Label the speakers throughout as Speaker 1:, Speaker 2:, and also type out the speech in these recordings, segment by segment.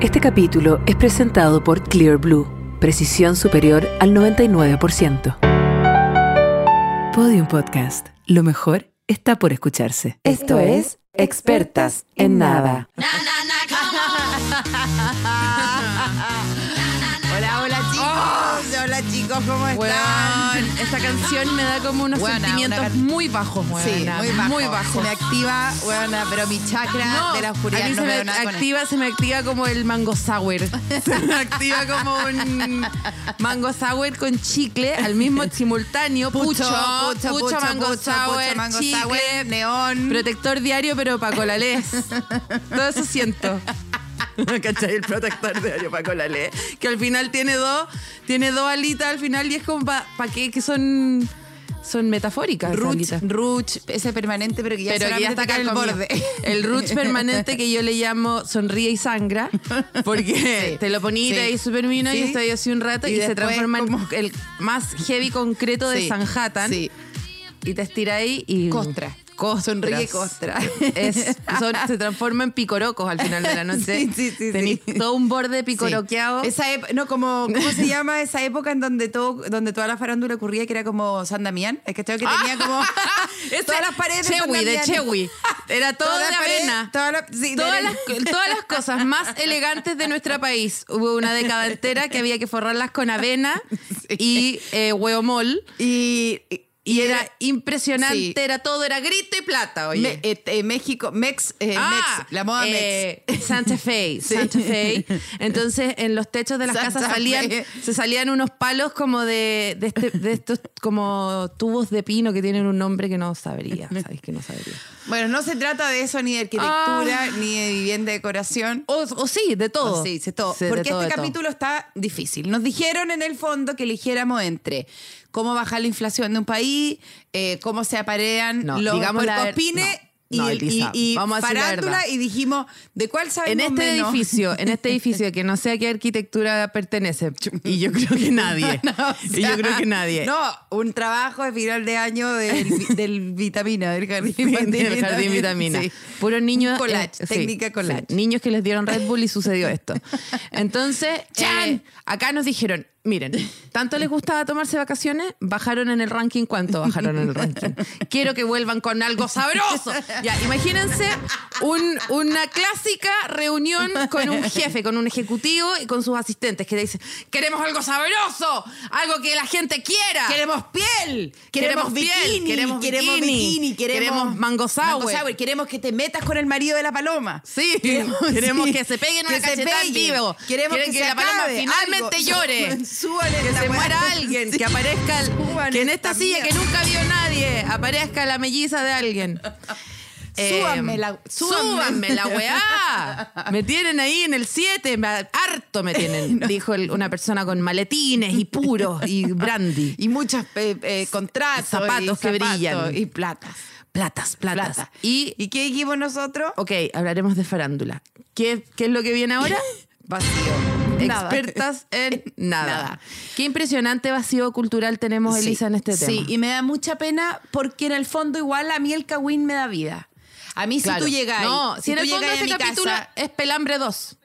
Speaker 1: Este capítulo es presentado por Clear Blue, precisión superior al 99%. Podium Podcast, lo mejor está por escucharse.
Speaker 2: Esto es Expertas en Nada.
Speaker 3: Hola, hola chicos. hola chicos, ¿cómo están?
Speaker 4: ¡Ah! Weón, esta canción me da como unos
Speaker 3: Weona,
Speaker 4: sentimientos
Speaker 3: una can-
Speaker 4: muy bajos, weona,
Speaker 3: sí, muy bajo. Se me activa, bueno, pero mi chakra
Speaker 4: No,
Speaker 3: de la oscuridad
Speaker 4: a mí se
Speaker 3: no
Speaker 4: me
Speaker 3: veo nada con
Speaker 4: activa, se me activa como el mango sour. Se me activa como un mango sour con chicle al mismo simultáneo. Pucho,
Speaker 3: Pucho,
Speaker 4: pucho,
Speaker 3: pucho, pucho,
Speaker 4: mango
Speaker 3: pucho,
Speaker 4: sour,
Speaker 3: pucho, mango
Speaker 4: chicle,
Speaker 3: sour, neón.
Speaker 4: protector diario, pero para colales. Todo eso siento. ¿Cachai? El protector diario para colales. Que al final tiene dos, tiene dos alitas al final y es como para qué, que son, son metafóricas. esas
Speaker 3: Ruch,
Speaker 4: alitas.
Speaker 3: ruch, ese permanente, pero que ya,
Speaker 4: Pero que ya
Speaker 3: solamente
Speaker 4: está acá el
Speaker 3: toca el borde.
Speaker 4: El ruch permanente que yo le llamo sonríe y sangra, porque
Speaker 3: Sí,
Speaker 4: te lo poní
Speaker 3: sí.
Speaker 4: de ahí súper mino y
Speaker 3: Sí.
Speaker 4: está ahí así un rato
Speaker 3: Y
Speaker 4: y, se
Speaker 3: después
Speaker 4: transforma
Speaker 3: como-
Speaker 4: en el más heavy concreto de
Speaker 3: Sí,
Speaker 4: Sanhattan
Speaker 3: Sí.
Speaker 4: y te estira ahí y...
Speaker 3: Costra.
Speaker 4: Costras.
Speaker 3: Sonríe costra.
Speaker 4: Es- son- se transforma en picorocos al final de la noche.
Speaker 3: Sí, sí, sí,
Speaker 4: Tenís
Speaker 3: sí.
Speaker 4: todo un borde picoroqueado.
Speaker 3: Sí. Esa ep- no, como, ¿cómo se llama esa época en donde todo, donde toda la farándula ocurría que era como San Damián? Es que creo que tenía como
Speaker 4: Ese-
Speaker 3: todas las paredes de San
Speaker 4: Chewy, de
Speaker 3: Damián.
Speaker 4: Chewy. Era todo
Speaker 3: Todas las
Speaker 4: de
Speaker 3: paredes,
Speaker 4: avena.
Speaker 3: todas las- sí, de
Speaker 4: todas,
Speaker 3: arena.
Speaker 4: las, todas las cosas más elegantes de nuestro país. Hubo una década entera que había que forrarlas con avena y eh, hueomol.
Speaker 3: Y, y-
Speaker 4: Y era impresionante,
Speaker 3: Sí.
Speaker 4: era todo, era grito y plata, oye.
Speaker 3: Me- eh, eh, México, Mex, eh,
Speaker 4: Ah,
Speaker 3: Mex, la moda Mex.
Speaker 4: eh, Santa Fe, Santa Fe. Entonces, en los techos de las
Speaker 3: Santa
Speaker 4: casas salían,
Speaker 3: Fe.
Speaker 4: se salían unos palos como de, de, este- de estos como tubos de pino que tienen un nombre que no sabría, sabéis que no sabría.
Speaker 3: Bueno, no se trata de eso, ni de arquitectura,
Speaker 4: Ah.
Speaker 3: ni de vivienda de decoración.
Speaker 4: O, o sí, de todo.
Speaker 3: Sí, se todo.
Speaker 4: Sí, de
Speaker 3: Porque
Speaker 4: todo, de
Speaker 3: este
Speaker 4: todo.
Speaker 3: capítulo está difícil. Nos dijeron en el fondo que eligiéramos entre cómo bajar la inflación de un país, eh, cómo se aparean
Speaker 4: No,
Speaker 3: los
Speaker 4: digamos la ver-
Speaker 3: puercospines
Speaker 4: no, no,
Speaker 3: y,
Speaker 4: Elisa,
Speaker 3: y- y
Speaker 4: vamos a decir la
Speaker 3: farándula
Speaker 4: verdad.
Speaker 3: y dijimos, ¿de cuál
Speaker 4: en
Speaker 3: sabemos
Speaker 4: este
Speaker 3: menos?
Speaker 4: edificio, en este edificio que no sé a qué arquitectura pertenece. Y yo creo que nadie.
Speaker 3: No, o
Speaker 4: y
Speaker 3: sea,
Speaker 4: yo creo que nadie.
Speaker 3: No, un trabajo de final de año del, vi- del vitamina, del jardín, infantil
Speaker 4: del jardín vitamina.
Speaker 3: Sí.
Speaker 4: Puros niños.
Speaker 3: Collage,
Speaker 4: eh, sí,
Speaker 3: técnica collage.
Speaker 4: niños que les dieron Red Bull y sucedió esto. Entonces,
Speaker 3: ¡Chan!
Speaker 4: eh, acá nos dijeron, miren, tanto les gustaba tomarse vacaciones, bajaron en el ranking. ¿Cuánto bajaron en el ranking? Quiero que vuelvan con algo sabroso. Ya, imagínense un- una clásica reunión con un jefe, con un ejecutivo y con sus asistentes que le dicen, queremos algo sabroso, algo que la gente quiera.
Speaker 3: Queremos piel,
Speaker 4: Queremos
Speaker 3: queremos,
Speaker 4: piel,
Speaker 3: bikini, queremos
Speaker 4: queremos
Speaker 3: bikini,
Speaker 4: bikini,
Speaker 3: queremos,
Speaker 4: queremos mango sour.
Speaker 3: queremos que te metas con el marido de la paloma.
Speaker 4: Sí, queremos, que se peguen una
Speaker 3: que se
Speaker 4: cachetada en
Speaker 3: peguen.
Speaker 4: vivo.
Speaker 3: Queremos
Speaker 4: Quieren
Speaker 3: que, se
Speaker 4: la paloma
Speaker 3: acabe
Speaker 4: finalmente
Speaker 3: algo.
Speaker 4: llore.
Speaker 3: Súbale
Speaker 4: Que
Speaker 3: esta
Speaker 4: se
Speaker 3: weá.
Speaker 4: muera alguien,
Speaker 3: Sí.
Speaker 4: que aparezca el-
Speaker 3: Suban
Speaker 4: que en
Speaker 3: esta
Speaker 4: esta silla
Speaker 3: mierda.
Speaker 4: que nunca vio nadie, aparezca la melliza de alguien. Em,
Speaker 3: Súbanme la- súbanme.
Speaker 4: súbanme. la weá. Me tienen ahí en el 7, harto me tienen, dijo el- una persona con maletines y puros y brandy.
Speaker 3: Y muchos contratos,
Speaker 4: Zapatos
Speaker 3: y
Speaker 4: que brillan.
Speaker 3: y platas.
Speaker 4: Platas, platas.
Speaker 3: Plata.
Speaker 4: Y,
Speaker 3: ¿Y qué dijimos nosotros?
Speaker 4: ok, hablaremos de farándula. ¿Qué, qué es lo que viene ahora?
Speaker 3: Vacío. Nada.
Speaker 4: Expertas en nada.
Speaker 3: Nada.
Speaker 4: Qué impresionante vacío cultural tenemos, Elisa,
Speaker 3: Sí,
Speaker 4: en este tema.
Speaker 3: Sí, y me da mucha pena porque en el fondo igual a mí el Kawin me da vida. A mí
Speaker 4: Claro.
Speaker 3: si tú llegas
Speaker 4: No, si, en
Speaker 3: tú
Speaker 4: el fondo
Speaker 3: llegáis a
Speaker 4: ese
Speaker 3: mi
Speaker 4: capítulo
Speaker 3: casa-
Speaker 4: es Pelambre 2.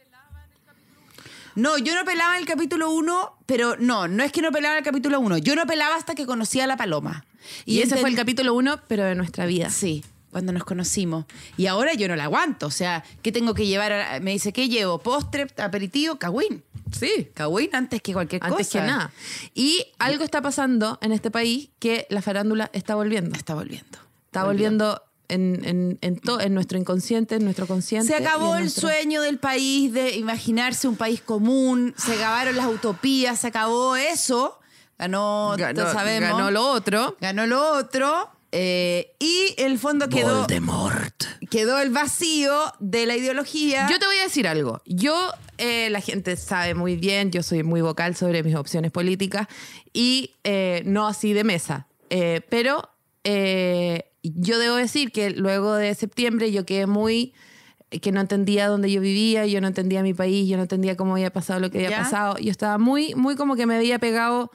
Speaker 3: No, yo no pelaba en el capítulo 1, pero no, no es que no pelaba en el capítulo 1. Yo no pelaba hasta que conocí a la paloma.
Speaker 4: Y, ese
Speaker 3: enten-
Speaker 4: fue el capítulo 1, pero de nuestra vida.
Speaker 3: Sí, cuando nos conocimos. Y ahora yo no la aguanto. O sea, ¿qué tengo que llevar? a- me dice, ¿qué llevo? ¿Postre, aperitivo? Cagüín.
Speaker 4: Sí.
Speaker 3: Cagüín antes que cualquier
Speaker 4: Antes
Speaker 3: cosa.
Speaker 4: que nada. Y algo está pasando en este país que la farándula está volviendo.
Speaker 3: Está volviendo.
Speaker 4: Está volviendo en, en, en, to- en nuestro inconsciente, en nuestro consciente.
Speaker 3: Se
Speaker 4: y en
Speaker 3: acabó el
Speaker 4: nuestro-
Speaker 3: sueño del país de imaginarse un país común, se acabaron las utopías, se acabó eso. Ganó,
Speaker 4: Ganó,
Speaker 3: todos sabemos.
Speaker 4: ganó lo otro.
Speaker 3: Ganó lo otro. eh, y el fondo quedó,
Speaker 4: Voldemort.
Speaker 3: quedó el vacío de la ideología.
Speaker 4: Yo te voy a decir algo. Yo, eh, la gente sabe muy bien, yo soy muy vocal sobre mis opciones políticas y eh, no así de mesa. Eh, pero eh, yo debo decir que luego de septiembre yo quedé muy que no entendía dónde yo vivía, yo no entendía mi país, yo no entendía cómo había pasado lo que había
Speaker 3: ¿Ya?
Speaker 4: pasado. Yo estaba muy, muy como que me había pegado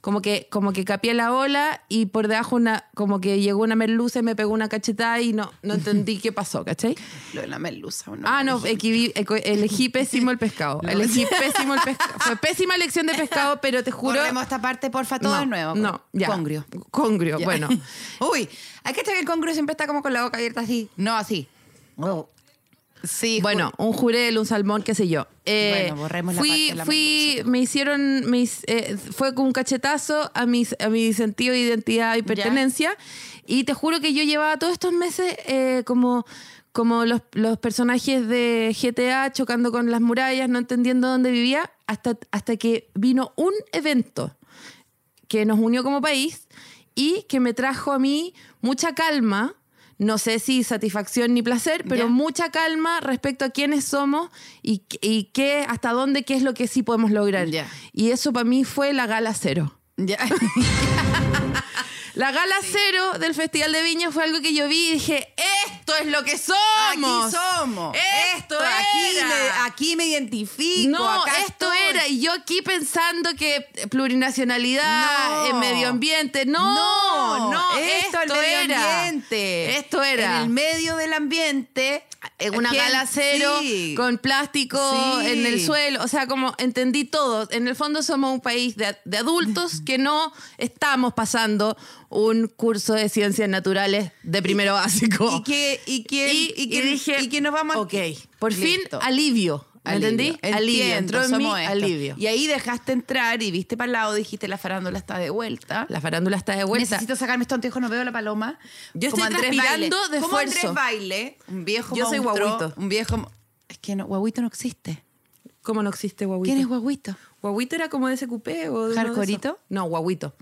Speaker 4: Como que, como que capié la ola y por debajo una, como que llegó una merluza y me pegó una cachetada y no, no entendí qué pasó, ¿cachai?
Speaker 3: Lo de la merluza. ¿o no?
Speaker 4: Ah, no, equivi- eco- elegí pésimo el pescado.
Speaker 3: No.
Speaker 4: Elegí pésimo el pescado. Fue pésima elección de pescado, pero te juro.
Speaker 3: Corremos esta parte, porfa, todo
Speaker 4: no,
Speaker 3: de nuevo. pues.
Speaker 4: No, ya.
Speaker 3: Congrio.
Speaker 4: Congrio,
Speaker 3: Ya.
Speaker 4: bueno.
Speaker 3: Uy, hay que estar que el congrio siempre está como con la boca abierta así. No, así. Oh. Sí, ju-
Speaker 4: Bueno, un jurel, un salmón, qué sé yo. Eh,
Speaker 3: Bueno, borremos la
Speaker 4: fui,
Speaker 3: parte de la
Speaker 4: fui, me hicieron, me his- eh, fue como un cachetazo a, mis, a mi sentido de identidad y pertenencia. Y te juro que yo llevaba todos estos meses eh, como, como los, los personajes de GTA chocando con las murallas, no entendiendo dónde vivía, hasta, hasta que vino un evento que nos unió como país y que me trajo a mí mucha calma, no sé si satisfacción ni placer, pero
Speaker 3: Ya.
Speaker 4: mucha calma respecto a quiénes somos y, y qué, hasta dónde, qué es lo que sí podemos lograr.
Speaker 3: Ya.
Speaker 4: Y eso para mí fue la gala cero.
Speaker 3: Ya.
Speaker 4: La gala cero del Festival de Viña fue algo que yo vi y dije, esto es lo que somos.
Speaker 3: Aquí somos.
Speaker 4: Esto
Speaker 3: aquí
Speaker 4: era.
Speaker 3: me, aquí me identifico.
Speaker 4: No,
Speaker 3: acá
Speaker 4: esto
Speaker 3: estoy.
Speaker 4: era. Y yo aquí pensando que plurinacionalidad,
Speaker 3: No.
Speaker 4: eh, medio ambiente. No, no,
Speaker 3: No, esto,
Speaker 4: esto,
Speaker 3: el medio
Speaker 4: era.
Speaker 3: ambiente.
Speaker 4: Esto era.
Speaker 3: En el medio del ambiente.
Speaker 4: en una
Speaker 3: ¿quién?
Speaker 4: gala cero
Speaker 3: Sí.
Speaker 4: con plástico
Speaker 3: Sí.
Speaker 4: en el suelo. O sea, como entendí todo. En el fondo somos un país de, de adultos que no estamos pasando un curso de ciencias naturales de primero básico.
Speaker 3: Y que, y que,
Speaker 4: Y-
Speaker 3: y que,
Speaker 4: y dije,
Speaker 3: y que nos vamos a-
Speaker 4: ok, por
Speaker 3: Listo.
Speaker 4: fin alivio. ¿Me
Speaker 3: Alivio.
Speaker 4: entendí? Alivio.
Speaker 3: Entiendo,
Speaker 4: Entró en mí
Speaker 3: somos esto.
Speaker 4: alivio.
Speaker 3: Y ahí dejaste entrar y viste para el lado, dijiste la farándula está de vuelta.
Speaker 4: La farándula está de vuelta.
Speaker 3: Necesito sacarme estos anteojos, no veo la paloma.
Speaker 4: Yo estoy transpirando
Speaker 3: Baile.
Speaker 4: de
Speaker 3: Como
Speaker 4: esfuerzo.
Speaker 3: Andrés Baile, un viejo
Speaker 4: Yo soy
Speaker 3: monstruo,
Speaker 4: guaguito.
Speaker 3: Un viejo... mo- Es que no, guaguito no existe.
Speaker 4: ¿Cómo no existe guaguito?
Speaker 3: ¿Quién es guaguito?
Speaker 4: Guaguito era como de ese cupé o de uno de
Speaker 3: ¿Hardcoreito?
Speaker 4: esos. No, guaguito.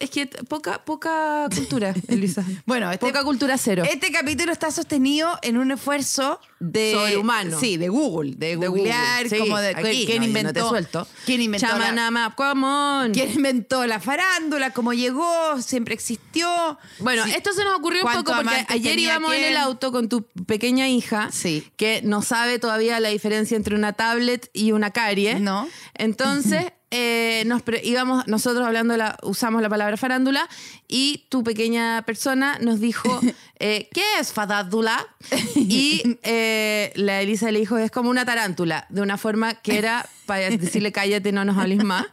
Speaker 4: Es que t- poca, poca cultura, Elisa.
Speaker 3: Bueno, este-
Speaker 4: poca cultura cero.
Speaker 3: Este capítulo está sostenido en un esfuerzo de...
Speaker 4: Sobrehumano.
Speaker 3: Sí, de Google. De, googlear,
Speaker 4: Google, sí,
Speaker 3: como de...
Speaker 4: aquí,
Speaker 3: ¿Quién
Speaker 4: no, yo no
Speaker 3: inventó?
Speaker 4: te suelto.
Speaker 3: ¿Quién inventó? la-
Speaker 4: Chamanama, come on.
Speaker 3: ¿Quién inventó la farándula? ¿Cómo llegó? ¿Siempre existió?
Speaker 4: Bueno,
Speaker 3: Sí.
Speaker 4: esto se nos ocurrió un
Speaker 3: ¿Cuántos
Speaker 4: poco porque
Speaker 3: amantes
Speaker 4: ayer
Speaker 3: tenía
Speaker 4: íbamos en
Speaker 3: quién?
Speaker 4: el auto con tu pequeña hija,
Speaker 3: Sí.
Speaker 4: que no sabe todavía la diferencia entre una tablet y una carie.
Speaker 3: No.
Speaker 4: Entonces, eh, nos pre- íbamos, nosotros hablando, la, usamos la palabra farándula y tu pequeña persona nos dijo, eh, ¿qué es farándula? Y eh, la Elisa le dijo, es como una tarántula, de una forma que era para decirle, cállate, no nos hables más.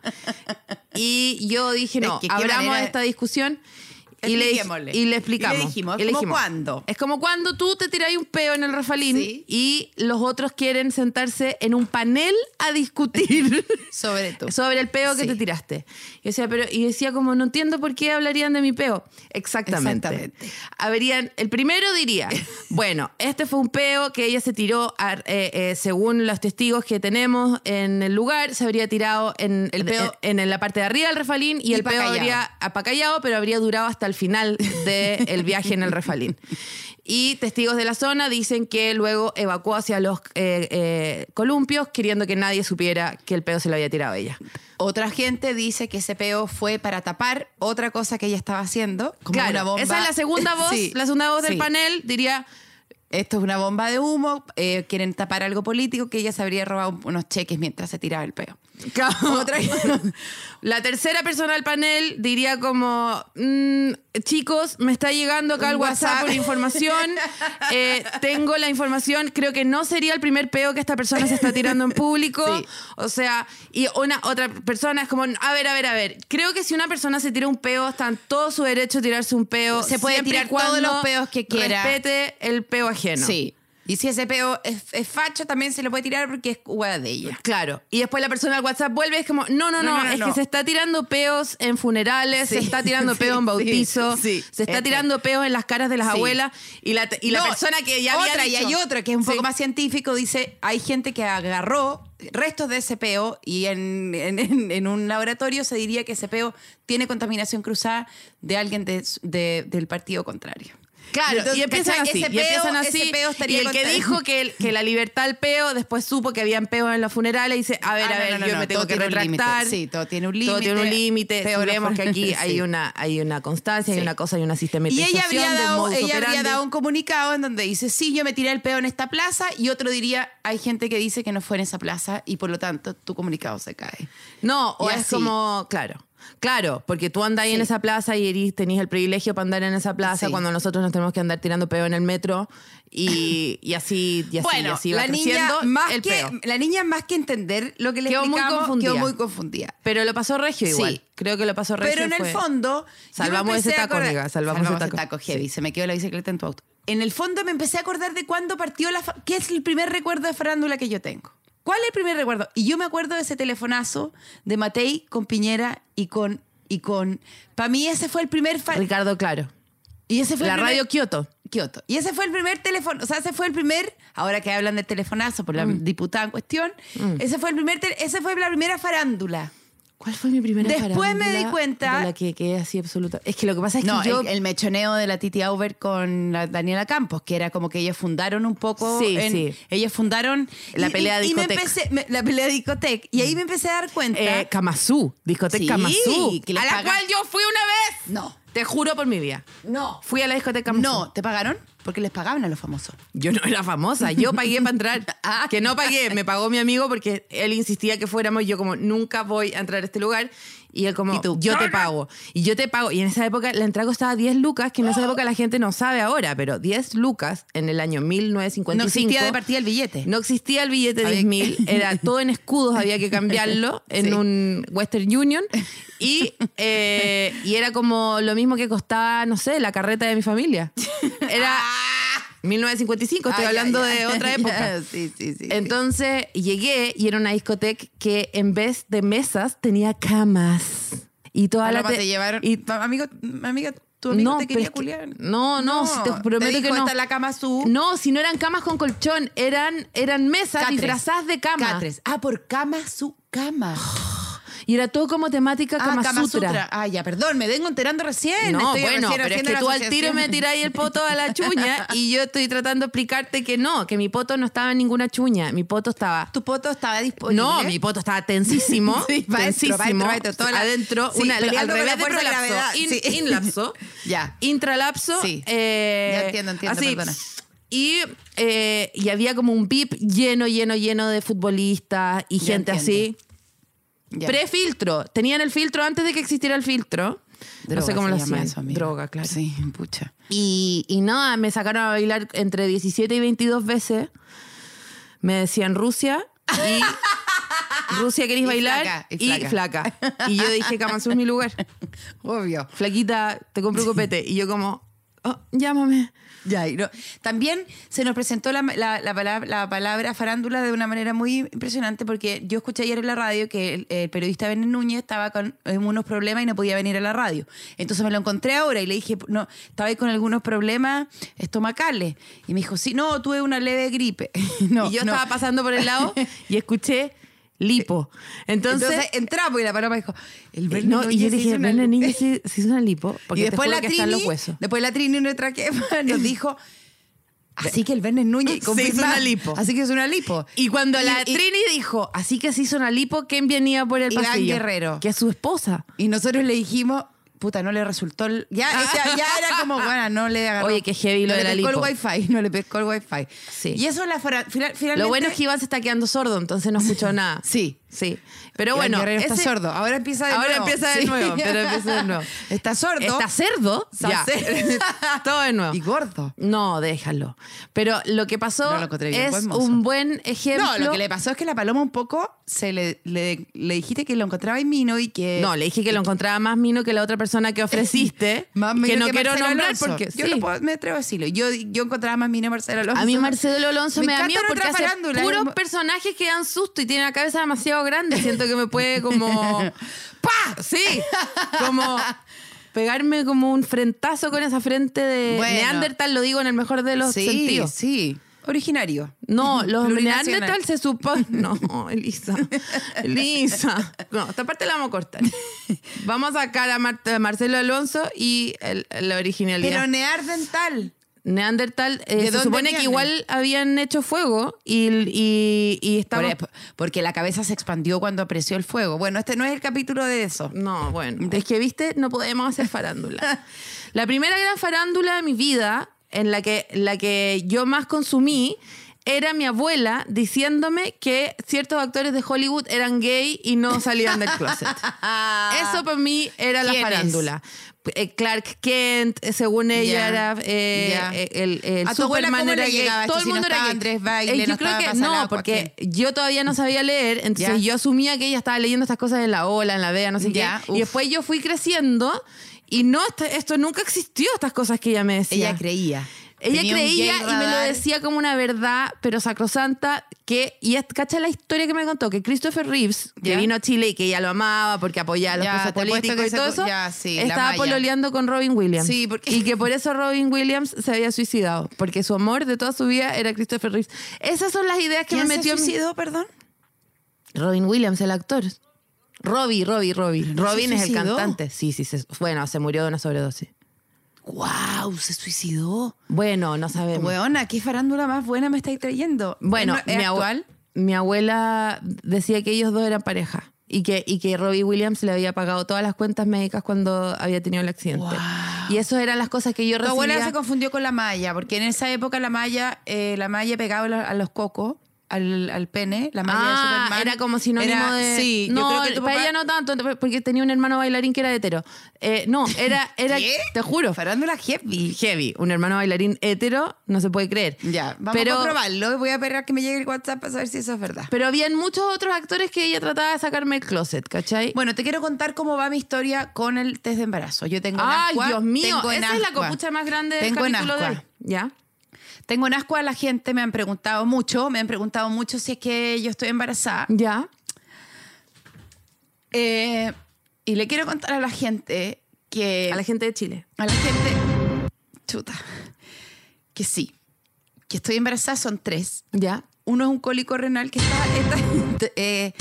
Speaker 4: Y yo dije,
Speaker 3: Es
Speaker 4: no,
Speaker 3: que qué
Speaker 4: abramos
Speaker 3: manera de-
Speaker 4: esta discusión y le,
Speaker 3: Expliquémosle.
Speaker 4: y le explicamos.
Speaker 3: Y le dijimos, es como cuando.
Speaker 4: Es como cuando tú te tiráis un peo en el Rafalín
Speaker 3: Sí.
Speaker 4: y los otros quieren sentarse en un panel a discutir
Speaker 3: Sobre todo.
Speaker 4: sobre el peo que
Speaker 3: Sí.
Speaker 4: te tiraste. Y decía, pero, y decía como, no entiendo por qué hablarían de mi peo. Exactamente.
Speaker 3: Exactamente.
Speaker 4: Habrían, el primero diría, bueno, este fue un peo que ella se tiró, a- eh, eh, según los testigos que tenemos en el lugar, se habría tirado en el
Speaker 3: En-
Speaker 4: peo en, la parte de arriba del refalín y,
Speaker 3: Y
Speaker 4: el
Speaker 3: pa'
Speaker 4: peo
Speaker 3: callao.
Speaker 4: habría apacallado, pero habría durado hasta el final del viaje en el refalín. Y testigos de la zona dicen que luego evacuó hacia los eh, eh, columpios queriendo que nadie supiera que el peo se lo había tirado ella.
Speaker 3: Otra gente dice que ese peo fue para tapar otra cosa que ella estaba haciendo. Como
Speaker 4: claro,
Speaker 3: una bomba.
Speaker 4: esa es la segunda voz,
Speaker 3: Sí,
Speaker 4: la segunda voz del
Speaker 3: sí.
Speaker 4: panel diría,
Speaker 3: Esto es una bomba de humo. eh, quieren tapar algo político que ella se habría robado un- unos cheques mientras se tiraba el peo.
Speaker 4: Otra- la tercera persona del panel diría como, "Mm, chicos, me está llegando acá el
Speaker 3: Un
Speaker 4: WhatsApp,
Speaker 3: WhatsApp.
Speaker 4: por información, eh, tengo la información, creo que no sería el primer peo que esta persona se está tirando en público,
Speaker 3: Sí.
Speaker 4: o sea, y una otra persona es como, a ver, a ver, a ver, creo que si una persona se tira un peo, está en todo su derecho a tirarse un peo,
Speaker 3: Se puede
Speaker 4: siempre y
Speaker 3: tirar todos
Speaker 4: cuando
Speaker 3: los peos que quiera.
Speaker 4: Respete el peo ajeno.
Speaker 3: Sí. Y si ese peo es, es facho, también se lo puede tirar porque es hueá de ella.
Speaker 4: Claro. Y después la persona al WhatsApp vuelve y es como, no, no, no,
Speaker 3: No, no, no,
Speaker 4: es
Speaker 3: no.
Speaker 4: que se está tirando peos en funerales, se
Speaker 3: Sí.
Speaker 4: está tirando
Speaker 3: Sí,
Speaker 4: peo en
Speaker 3: sí,
Speaker 4: bautizo,
Speaker 3: sí.
Speaker 4: se está
Speaker 3: Este.
Speaker 4: tirando peos en las caras de las
Speaker 3: Sí.
Speaker 4: abuelas y la, y la
Speaker 3: No,
Speaker 4: persona que ya había
Speaker 3: otra, y
Speaker 4: dicho-
Speaker 3: hay otro que es un
Speaker 4: Sí.
Speaker 3: poco más científico, dice, hay gente que agarró restos de ese peo y en, en- en- en un laboratorio se diría que ese peo tiene contaminación cruzada de alguien de su- de- del partido contrario.
Speaker 4: Claro,
Speaker 3: Entonces,
Speaker 4: y empiezan
Speaker 3: ¿cachai?
Speaker 4: así,
Speaker 3: Ese
Speaker 4: y empiezan
Speaker 3: peo-
Speaker 4: así,
Speaker 3: ese peo estaría
Speaker 4: y el que
Speaker 3: contra-
Speaker 4: dijo que, el- que la libertad al peo, después supo que habían peos en los funerales y dice, a ver,
Speaker 3: Ah,
Speaker 4: a
Speaker 3: no,
Speaker 4: ver,
Speaker 3: no, no,
Speaker 4: yo
Speaker 3: no,
Speaker 4: me tengo
Speaker 3: todo
Speaker 4: que
Speaker 3: tiene un límite.
Speaker 4: retractar.
Speaker 3: Sí, todo tiene un
Speaker 4: Todo tiene un
Speaker 3: límite.
Speaker 4: límite.
Speaker 3: Peo
Speaker 4: Si
Speaker 3: en los
Speaker 4: Vemos que aquí
Speaker 3: funerales,
Speaker 4: hay
Speaker 3: sí.
Speaker 4: una, hay una constancia, hay
Speaker 3: Sí.
Speaker 4: una cosa, hay una
Speaker 3: Y
Speaker 4: sistematización.
Speaker 3: ella
Speaker 4: de
Speaker 3: habría
Speaker 4: un
Speaker 3: dado,
Speaker 4: modus
Speaker 3: ella habría
Speaker 4: operandi.
Speaker 3: dado un comunicado en donde dice, sí, yo me tiré el peo en esta plaza y otro diría, hay gente que dice que no fue en esa plaza y por lo tanto tu comunicado se cae.
Speaker 4: No, o
Speaker 3: Y
Speaker 4: es
Speaker 3: así.
Speaker 4: como, claro. Claro, porque tú andás ahí en esa plaza y erís- tenés el privilegio para andar en esa plaza
Speaker 3: Sí.
Speaker 4: cuando nosotros nos tenemos que andar tirando peo en el metro y, y así, y así, y así va creciendo
Speaker 3: más
Speaker 4: el
Speaker 3: que,
Speaker 4: peo.
Speaker 3: la niña más que entender lo que le
Speaker 4: Quedó muy
Speaker 3: explicamos
Speaker 4: confundida.
Speaker 3: quedó muy confundida.
Speaker 4: Pero lo pasó Regio
Speaker 3: Sí.
Speaker 4: igual. Creo que lo pasó Regio.
Speaker 3: Pero en el
Speaker 4: fue-
Speaker 3: fondo. yo
Speaker 4: Salvamos
Speaker 3: me empecé
Speaker 4: ese
Speaker 3: a
Speaker 4: taco,
Speaker 3: acordar-
Speaker 4: amiga, salvamos ese taco.
Speaker 3: heavy.
Speaker 4: Sí.
Speaker 3: Se me quedó la bicicleta en tu auto. En el fondo me empecé a acordar de cuándo partió la. fa- ¿Qué es el primer recuerdo de farándula que yo tengo? ¿Cuál es el primer recuerdo? Y yo me acuerdo de ese telefonazo de Matei con Piñera y con. Y con para mí ese fue el primer. fa-
Speaker 4: Ricardo Claro.
Speaker 3: y ese fue
Speaker 4: La
Speaker 3: el primer-
Speaker 4: radio Kioto.
Speaker 3: Kioto. Y ese fue el primer teléfono, o sea, ese fue el primer, ahora que hablan del telefonazo por la diputada en cuestión, ese fue el primer, tel- ese fue la primera farándula.
Speaker 4: ¿Cuál fue mi primera
Speaker 3: Después me
Speaker 4: farándula
Speaker 3: di cuenta-
Speaker 4: de la que quedé así absoluta. Es que lo que pasa es
Speaker 3: No,
Speaker 4: que yo...
Speaker 3: el, el mechoneo de la Titi Auber con la Daniela Campos, que era como que ellas fundaron un poco.
Speaker 4: Sí,
Speaker 3: en-
Speaker 4: sí.
Speaker 3: Ellas fundaron.
Speaker 4: La pelea de
Speaker 3: y me
Speaker 4: discotec.
Speaker 3: empecé- me- la pelea de discotec. Y ahí me empecé a dar cuenta.
Speaker 4: eh, Kamazú, discoteca
Speaker 3: Sí,
Speaker 4: Kamazú,
Speaker 3: que les
Speaker 4: a la
Speaker 3: paga-
Speaker 4: cual yo fui una vez.
Speaker 3: no,
Speaker 4: Te juro por mi vida.
Speaker 3: no.
Speaker 4: Fui a la discoteca Kamazú.
Speaker 3: No, ¿te pagaron? Porque les pagaban a los famosos.
Speaker 4: Yo no era famosa, yo pagué para entrar. Que no pagué, me pagó mi amigo porque él insistía que fuéramos. y Yo, como, nunca voy a entrar a este lugar. Y él, como,
Speaker 3: Y tú,
Speaker 4: yo
Speaker 3: no,
Speaker 4: te
Speaker 3: no.
Speaker 4: pago. Y yo te pago. Y en esa época la entrada costaba 10 lucas, que en
Speaker 3: Oh.
Speaker 4: esa época la gente no sabe ahora, pero 10 lucas en el año 1955.
Speaker 3: No existía de partida el billete.
Speaker 4: No existía el billete de
Speaker 3: Había-
Speaker 4: 10.000, era todo en escudos, había que cambiarlo en
Speaker 3: Sí.
Speaker 4: un Western Union. Y, eh, y era como lo mismo que costaba, no sé, la carreta de mi familia. Era 1955, estoy
Speaker 3: Ah, ya,
Speaker 4: hablando
Speaker 3: ya.
Speaker 4: de otra época.
Speaker 3: Ya, sí, sí, sí.
Speaker 4: Entonces llegué y era una discoteca que en vez de mesas tenía camas. Y toda la
Speaker 3: Paloma,
Speaker 4: te-
Speaker 3: te llevaron.
Speaker 4: y-
Speaker 3: amigo, amiga, tu amigo
Speaker 4: pero
Speaker 3: te quería
Speaker 4: es que-
Speaker 3: culiar.
Speaker 4: No, no, si te prometo
Speaker 3: dijo,
Speaker 4: que no.
Speaker 3: "Está la cama su.
Speaker 4: No, si no eran camas con colchón, eran, eran mesas
Speaker 3: Catres.
Speaker 4: disfrazadas de camas.
Speaker 3: Catres. Ah, por cama su cama.
Speaker 4: Y era todo como temática Kama,
Speaker 3: ah, Kama
Speaker 4: Sutra.
Speaker 3: Sutra. Ah, ya, perdón, me vengo enterando recién.
Speaker 4: No,
Speaker 3: Estoy
Speaker 4: bueno,
Speaker 3: recién
Speaker 4: pero es
Speaker 3: haciendo
Speaker 4: que
Speaker 3: la
Speaker 4: tú al tiro
Speaker 3: asociación.
Speaker 4: me tiráis el poto a la chuña y yo estoy tratando de explicarte que no, que mi poto no estaba en ninguna chuña, mi poto estaba...
Speaker 3: Tu poto estaba disponible.
Speaker 4: No, mi poto estaba tensísimo,
Speaker 3: Sí, pa' adentro,
Speaker 4: tensísimo,
Speaker 3: pa' adentro, pa' adentro, toda la-
Speaker 4: adentro,
Speaker 3: sí,
Speaker 4: una, al
Speaker 3: peleando con
Speaker 4: revés
Speaker 3: la
Speaker 4: de
Speaker 3: fuerza de
Speaker 4: prolapso,
Speaker 3: gravedad,
Speaker 4: in-
Speaker 3: sí.
Speaker 4: inlapso,
Speaker 3: Ya.
Speaker 4: intralapso,
Speaker 3: Sí.
Speaker 4: eh,
Speaker 3: Ya entiendo, entiendo,
Speaker 4: así,
Speaker 3: perdona.
Speaker 4: y, eh, y había como un pip lleno, lleno, lleno de futbolistas y
Speaker 3: Ya
Speaker 4: gente así.
Speaker 3: entiendo. Ya.
Speaker 4: Prefiltro. Tenían el filtro antes de que existiera el filtro. no
Speaker 3: Droga
Speaker 4: sé cómo
Speaker 3: se
Speaker 4: lo
Speaker 3: llama
Speaker 4: hacían.
Speaker 3: eso, amiga.
Speaker 4: Droga, claro.
Speaker 3: Sí, pucha.
Speaker 4: Y, y nada, me sacaron a bailar entre 17 y 22 veces. Me decían Rusia y Rusia queréis
Speaker 3: Y
Speaker 4: bailar
Speaker 3: flaca, y
Speaker 4: y flaca. Y yo dije, Kamazú es mi lugar.
Speaker 3: Obvio.
Speaker 4: Flaquita, te compro un copete. Y yo como, "Oh, llámame.
Speaker 3: Ya, y no- También se nos presentó la, la- la palabra, la palabra farándula de una manera muy impresionante porque yo escuché ayer en la radio que el, el periodista Benet Núñez estaba con eh, unos problemas y no podía venir a la radio. Entonces me lo encontré ahora y le dije, no, estaba ahí con algunos problemas estomacales. Y me dijo, sí, no, tuve una leve gripe. No,
Speaker 4: y yo
Speaker 3: no.
Speaker 4: estaba pasando por el lado y escuché lipo. Entonces,
Speaker 3: Entonces, entramos y la paloma dijo, el
Speaker 4: eh,
Speaker 3: Benet
Speaker 4: no, y yo
Speaker 3: Núñez
Speaker 4: le
Speaker 3: hizo
Speaker 4: dije,
Speaker 3: una-
Speaker 4: ven la niña se, se hizo una lipo. Porque
Speaker 3: y después
Speaker 4: te
Speaker 3: la,
Speaker 4: juro que están los
Speaker 3: trini,
Speaker 4: huesos.
Speaker 3: después la Trini, nuestra quefa, nos dijo... Así que el Bernes Núñez
Speaker 4: Se hizo
Speaker 3: confirma-
Speaker 4: una lipo.
Speaker 3: Así que es una lipo.
Speaker 4: Y cuando la
Speaker 3: Y- y-
Speaker 4: Trini dijo, así que se hizo una lipo, ¿quién venía por el
Speaker 3: Iván
Speaker 4: pasillo?
Speaker 3: Guerrero.
Speaker 4: Que es su esposa.
Speaker 3: Y nosotros le dijimos, puta, no le resultó el... Ya, esa- ya era como, bueno, no le agarró.
Speaker 4: Oye, qué heavy lo
Speaker 3: no
Speaker 4: de
Speaker 3: le
Speaker 4: la
Speaker 3: pescó el
Speaker 4: lipo.
Speaker 3: wifi, no le pescó el wifi.
Speaker 4: Sí.
Speaker 3: Y eso la fora- fila- finalmente...
Speaker 4: Lo bueno es que Iván se está quedando sordo, entonces no escuchó nada.
Speaker 3: Sí.
Speaker 4: Sí. Pero
Speaker 3: Iván
Speaker 4: bueno.
Speaker 3: Guerrero
Speaker 4: ese-
Speaker 3: está sordo. Ahora empieza de
Speaker 4: Ahora
Speaker 3: nuevo.
Speaker 4: empieza de
Speaker 3: Sí.
Speaker 4: nuevo. Pero empieza de nuevo.
Speaker 3: Está sordo.
Speaker 4: Está cerdo.
Speaker 3: Está
Speaker 4: ya.
Speaker 3: cerdo.
Speaker 4: Todo de nuevo.
Speaker 3: Y gordo.
Speaker 4: No, déjalo. Pero lo que pasó
Speaker 3: No lo encontré bien,
Speaker 4: es
Speaker 3: buen mozo.
Speaker 4: un buen ejemplo. Eh,
Speaker 3: No, lo que le pasó es que la paloma un poco se le, le, le dijiste que lo encontraba en Mino y que...
Speaker 4: No, le dije que lo encontraba más mino que la otra persona que ofreciste.
Speaker 3: Más
Speaker 4: que
Speaker 3: Mino
Speaker 4: no quiero
Speaker 3: Marcelo
Speaker 4: nombrar
Speaker 3: Alonso.
Speaker 4: porque.
Speaker 3: Yo
Speaker 4: sí.
Speaker 3: no puedo- me atrevo a decirlo. Yo, yo encontraba más Mino y Marcelo Alonso.
Speaker 4: A mí Marcelo Alonso me, da
Speaker 3: encanta
Speaker 4: miedo
Speaker 3: la
Speaker 4: porque
Speaker 3: otra
Speaker 4: hace
Speaker 3: farándula,
Speaker 4: puros
Speaker 3: es-
Speaker 4: personajes que dan susto y tiene la cabeza demasiado grande. Siento que me puede como... ¡Pah! Sí, como pegarme como un frentazo con esa frente de
Speaker 3: Bueno.
Speaker 4: Neandertal, lo digo en el mejor de los
Speaker 3: sí,
Speaker 4: sentidos.
Speaker 3: Sí, originario.
Speaker 4: No, los
Speaker 3: Plurinacional.
Speaker 4: Neandertal se supone... No, Elisa. Elisa. No, esta parte la vamos a cortar. Vamos a sacar a Mar- a Marcelo Alonso y el- la originalidad.
Speaker 3: Pero near dental.
Speaker 4: Neandertal, eh,
Speaker 3: ¿De
Speaker 4: se
Speaker 3: dónde
Speaker 4: supone que
Speaker 3: viene?
Speaker 4: igual habían hecho fuego y, y, y estaban-
Speaker 3: Por- porque la cabeza se expandió cuando apreció el fuego. Bueno, este no es el capítulo de eso.
Speaker 4: No, bueno, es que viste, no podemos hacer farándula. la primera gran farándula de mi vida, en la que, la que yo más consumí, era mi abuela diciéndome que ciertos actores de Hollywood eran gay y no salían del closet. Eso para mí era la
Speaker 3: Ah, ¿Quién es?
Speaker 4: farándula. Eh, Clark Kent, eh, según ella,
Speaker 3: Ya,
Speaker 4: era eh,
Speaker 3: ya.
Speaker 4: eh, el, el
Speaker 3: ¿A tu abuela
Speaker 4: Superman
Speaker 3: cómo
Speaker 4: era
Speaker 3: le
Speaker 4: gay.
Speaker 3: llegaba esto
Speaker 4: Todo el
Speaker 3: si no
Speaker 4: mundo era
Speaker 3: estaba
Speaker 4: gay.
Speaker 3: Andrés Baile,
Speaker 4: Eh, yo
Speaker 3: no
Speaker 4: creo
Speaker 3: estaba
Speaker 4: que
Speaker 3: Pasalagua,
Speaker 4: no, porque yo todavía no sabía leer, entonces
Speaker 3: Ya.
Speaker 4: yo asumía que ella estaba leyendo estas cosas en la ola, en la vea, no sé
Speaker 3: Ya,
Speaker 4: qué.
Speaker 3: uf.
Speaker 4: Y después yo fui creciendo y no, esta- esto nunca existió, estas cosas que ella me decía.
Speaker 3: Ella creía.
Speaker 4: Ella
Speaker 3: Tenía un
Speaker 4: creía
Speaker 3: gay
Speaker 4: y me lo
Speaker 3: radar.
Speaker 4: decía como una verdad, pero sacrosanta, que, y es- cacha la historia que me contó, que Christopher Reeves, que
Speaker 3: Ya.
Speaker 4: vino a Chile y que ella lo amaba porque apoyaba a los
Speaker 3: Ya,
Speaker 4: presos
Speaker 3: te apuesto
Speaker 4: políticos
Speaker 3: que
Speaker 4: y
Speaker 3: se
Speaker 4: todo
Speaker 3: co-
Speaker 4: eso,
Speaker 3: ya, sí, la
Speaker 4: estaba
Speaker 3: Maya.
Speaker 4: pololeando con Robin Williams.
Speaker 3: Sí, porque-
Speaker 4: Y que por eso Robin Williams se había suicidado, porque su amor de toda su vida era Christopher Reeves. Esas son las ideas que me metió en mi-
Speaker 3: perdón?
Speaker 4: Robin Williams, el actor. Robbie, Robbie, Robbie.
Speaker 3: no se
Speaker 4: Robin es el
Speaker 3: suicidó.
Speaker 4: cantante. Sí, sí, se- bueno, se murió de una sobredosis.
Speaker 3: ¡Wow! Se suicidó.
Speaker 4: Bueno, no sabemos.
Speaker 3: Weona, ¿qué farándula más buena me estáis trayendo?
Speaker 4: Bueno,
Speaker 3: ¿Es- es
Speaker 4: mi, abue-
Speaker 3: actual?
Speaker 4: mi abuela decía que ellos dos eran pareja y que, y que Robbie Williams le había pagado todas las cuentas médicas cuando había tenido el accidente.
Speaker 3: Wow.
Speaker 4: Y eso eran las cosas que yo
Speaker 3: Tu abuela
Speaker 4: recibía.
Speaker 3: se confundió con la malla, porque en esa época la malla, eh, la malla pegaba a los- a los cocos, al, al pene, la malla de
Speaker 4: Ah,
Speaker 3: Superman.
Speaker 4: era como sinónimo
Speaker 3: Era-
Speaker 4: de.
Speaker 3: Sí,
Speaker 4: no,
Speaker 3: yo creo que tu
Speaker 4: para
Speaker 3: papá-
Speaker 4: ella no tanto, porque tenía un hermano bailarín que era hetero. Eh, no, era. era
Speaker 3: ¿Qué?
Speaker 4: Te juro.
Speaker 3: Farándula heavy.
Speaker 4: Heavy, un hermano bailarín hetero, no se puede creer.
Speaker 3: Ya, vamos
Speaker 4: Pero-
Speaker 3: a probarlo. Voy a esperar que me llegue el WhatsApp para saber si eso es verdad.
Speaker 4: Pero habían muchos otros actores que ella trataba de sacarme el closet, ¿cachai?
Speaker 3: Bueno, te quiero contar cómo va mi historia con el test de embarazo. Yo tengo
Speaker 4: Ay,
Speaker 3: en ascua,
Speaker 4: Dios mío,
Speaker 3: tengo en
Speaker 4: esa es la
Speaker 3: ascua.
Speaker 4: copucha más grande del
Speaker 3: Tengo en
Speaker 4: capítulo de
Speaker 3: ascua.
Speaker 4: hoy. Ya.
Speaker 3: Tengo en ascua a la gente, me han preguntado mucho, me han preguntado mucho si es que yo estoy embarazada.
Speaker 4: Ya.
Speaker 3: Eh, y le quiero contar a la gente que...
Speaker 4: A la gente de Chile.
Speaker 3: a la gente... Chuta. Que sí, que estoy embarazada son tres.
Speaker 4: Ya.
Speaker 3: Uno es un cólico renal que está... está- eh,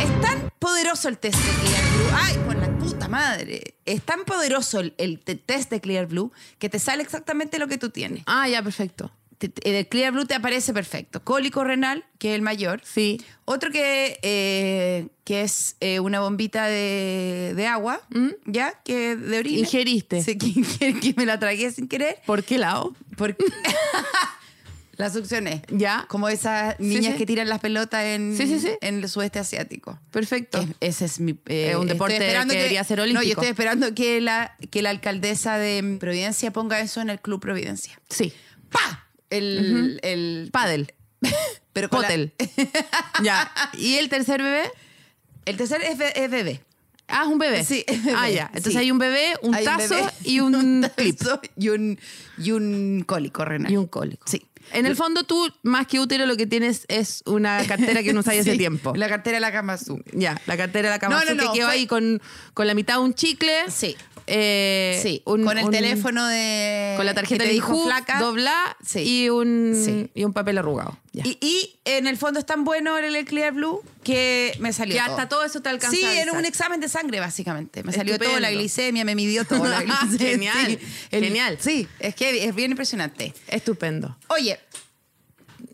Speaker 3: es tan poderoso el test de Clear Blue. ¡Ay, por la puta madre! Es tan poderoso el, el te- test de Clear Blue que te sale exactamente lo que tú tienes.
Speaker 4: Ah, ya, perfecto.
Speaker 3: Te- te- el Clear Blue te aparece perfecto. Cólico renal, que es el mayor.
Speaker 4: Sí.
Speaker 3: Otro que, eh, que es eh, una bombita de, de agua, ¿ya? Que de orina.
Speaker 4: Ingeriste.
Speaker 3: Sí, que, que- que me la tragué sin querer.
Speaker 4: ¿Por qué lado?
Speaker 3: Porque la succioné.
Speaker 4: Ya.
Speaker 3: Como esas niñas
Speaker 4: sí.
Speaker 3: que tiran las pelotas en,
Speaker 4: Sí, sí, sí.
Speaker 3: en el sudeste asiático.
Speaker 4: Perfecto.
Speaker 3: Es- ese es mi. eh,
Speaker 4: Es un
Speaker 3: estoy
Speaker 4: deporte
Speaker 3: esperando
Speaker 4: que debería ser
Speaker 3: No, yo
Speaker 4: olímpico.
Speaker 3: estoy esperando que la, que la alcaldesa de Providencia ponga eso en el Club Providencia.
Speaker 4: Sí.
Speaker 3: ¡Pah! El. el
Speaker 4: Paddle.
Speaker 3: pero con la-
Speaker 4: Potel. ya. ¿Y el tercer bebé?
Speaker 3: el tercer es, be- es bebé.
Speaker 4: Ah, es un bebé.
Speaker 3: Sí, es bebé,
Speaker 4: Ah, ya. Entonces
Speaker 3: sí.
Speaker 4: hay un bebé, un
Speaker 3: Hay
Speaker 4: tazo
Speaker 3: bebé,
Speaker 4: y un, clip.
Speaker 3: tazo Y un, y un cólico renal.
Speaker 4: Y un cólico.
Speaker 3: Sí.
Speaker 4: En el fondo tú, más que útero, lo que tienes es una cartera que no usáis hace
Speaker 3: Sí,
Speaker 4: tiempo.
Speaker 3: La cartera de la cama azul.
Speaker 4: Ya, la cartera de la cama
Speaker 3: No, no,
Speaker 4: azul que
Speaker 3: no,
Speaker 4: quedó
Speaker 3: fue-
Speaker 4: ahí con, con la mitad un chicle.
Speaker 3: Sí.
Speaker 4: Eh,
Speaker 3: Sí.
Speaker 4: un-
Speaker 3: con el
Speaker 4: un-
Speaker 3: teléfono de.
Speaker 4: Con la tarjeta
Speaker 3: que te
Speaker 4: de
Speaker 3: dijo
Speaker 4: Dijú,
Speaker 3: flaca.
Speaker 4: dobla
Speaker 3: Sí.
Speaker 4: y, un,
Speaker 3: Sí.
Speaker 4: y un papel arrugado. Ya.
Speaker 3: Y, y en el fondo es tan bueno el Clear Blue que me salió.
Speaker 4: Que hasta todo eso te alcanza
Speaker 3: Sí,
Speaker 4: a
Speaker 3: era
Speaker 4: avisar.
Speaker 3: un examen de sangre, básicamente. Me salió
Speaker 4: Estupendo. Ah,
Speaker 3: todo, la glicemia, me midió todo. la glicemia.
Speaker 4: Genial,
Speaker 3: Sí.
Speaker 4: genial.
Speaker 3: Sí, es que es bien impresionante.
Speaker 4: Estupendo.
Speaker 3: Oye,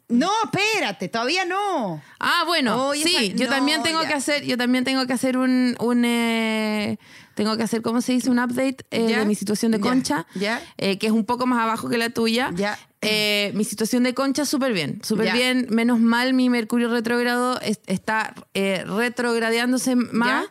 Speaker 3: no, espérate, todavía no.
Speaker 4: Ah, bueno,
Speaker 3: Oye,
Speaker 4: sí,
Speaker 3: Oh, esa-
Speaker 4: yo
Speaker 3: no,
Speaker 4: también tengo
Speaker 3: ya.
Speaker 4: que hacer, yo también tengo que hacer un, un, eh, tengo que hacer, ¿cómo se dice? Un update eh,
Speaker 3: Ya.
Speaker 4: de mi situación de
Speaker 3: Ya.
Speaker 4: concha,
Speaker 3: Ya.
Speaker 4: eh, que es un poco más abajo que la tuya.
Speaker 3: Ya.
Speaker 4: Eh, mi situación de concha súper bien, súper
Speaker 3: Ya.
Speaker 4: bien, menos mal mi mercurio retrógrado es- está eh, retrogradeándose más.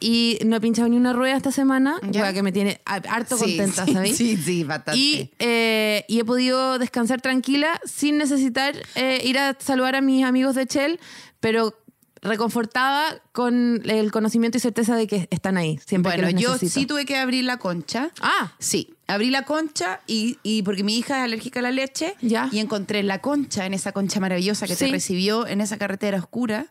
Speaker 4: Y no he pinchado ni una rueda esta semana,
Speaker 3: Ya.
Speaker 4: hueá que me tiene a- harto
Speaker 3: Sí,
Speaker 4: contenta,
Speaker 3: sí,
Speaker 4: ¿sabéis?
Speaker 3: sí, sí, bastante.
Speaker 4: Y, eh, y he podido descansar tranquila sin necesitar eh, ir a saludar a mis amigos de Shell, pero reconfortada con el conocimiento y certeza de que están ahí, siempre
Speaker 3: Bueno,
Speaker 4: que los
Speaker 3: yo
Speaker 4: necesito.
Speaker 3: sí tuve que abrir la concha.
Speaker 4: Ah,
Speaker 3: Sí, abrí la concha y, y porque mi hija es alérgica a la leche
Speaker 4: Ya.
Speaker 3: y encontré la concha en esa concha maravillosa que
Speaker 4: Sí. Mm.
Speaker 3: te recibió en esa carretera oscura,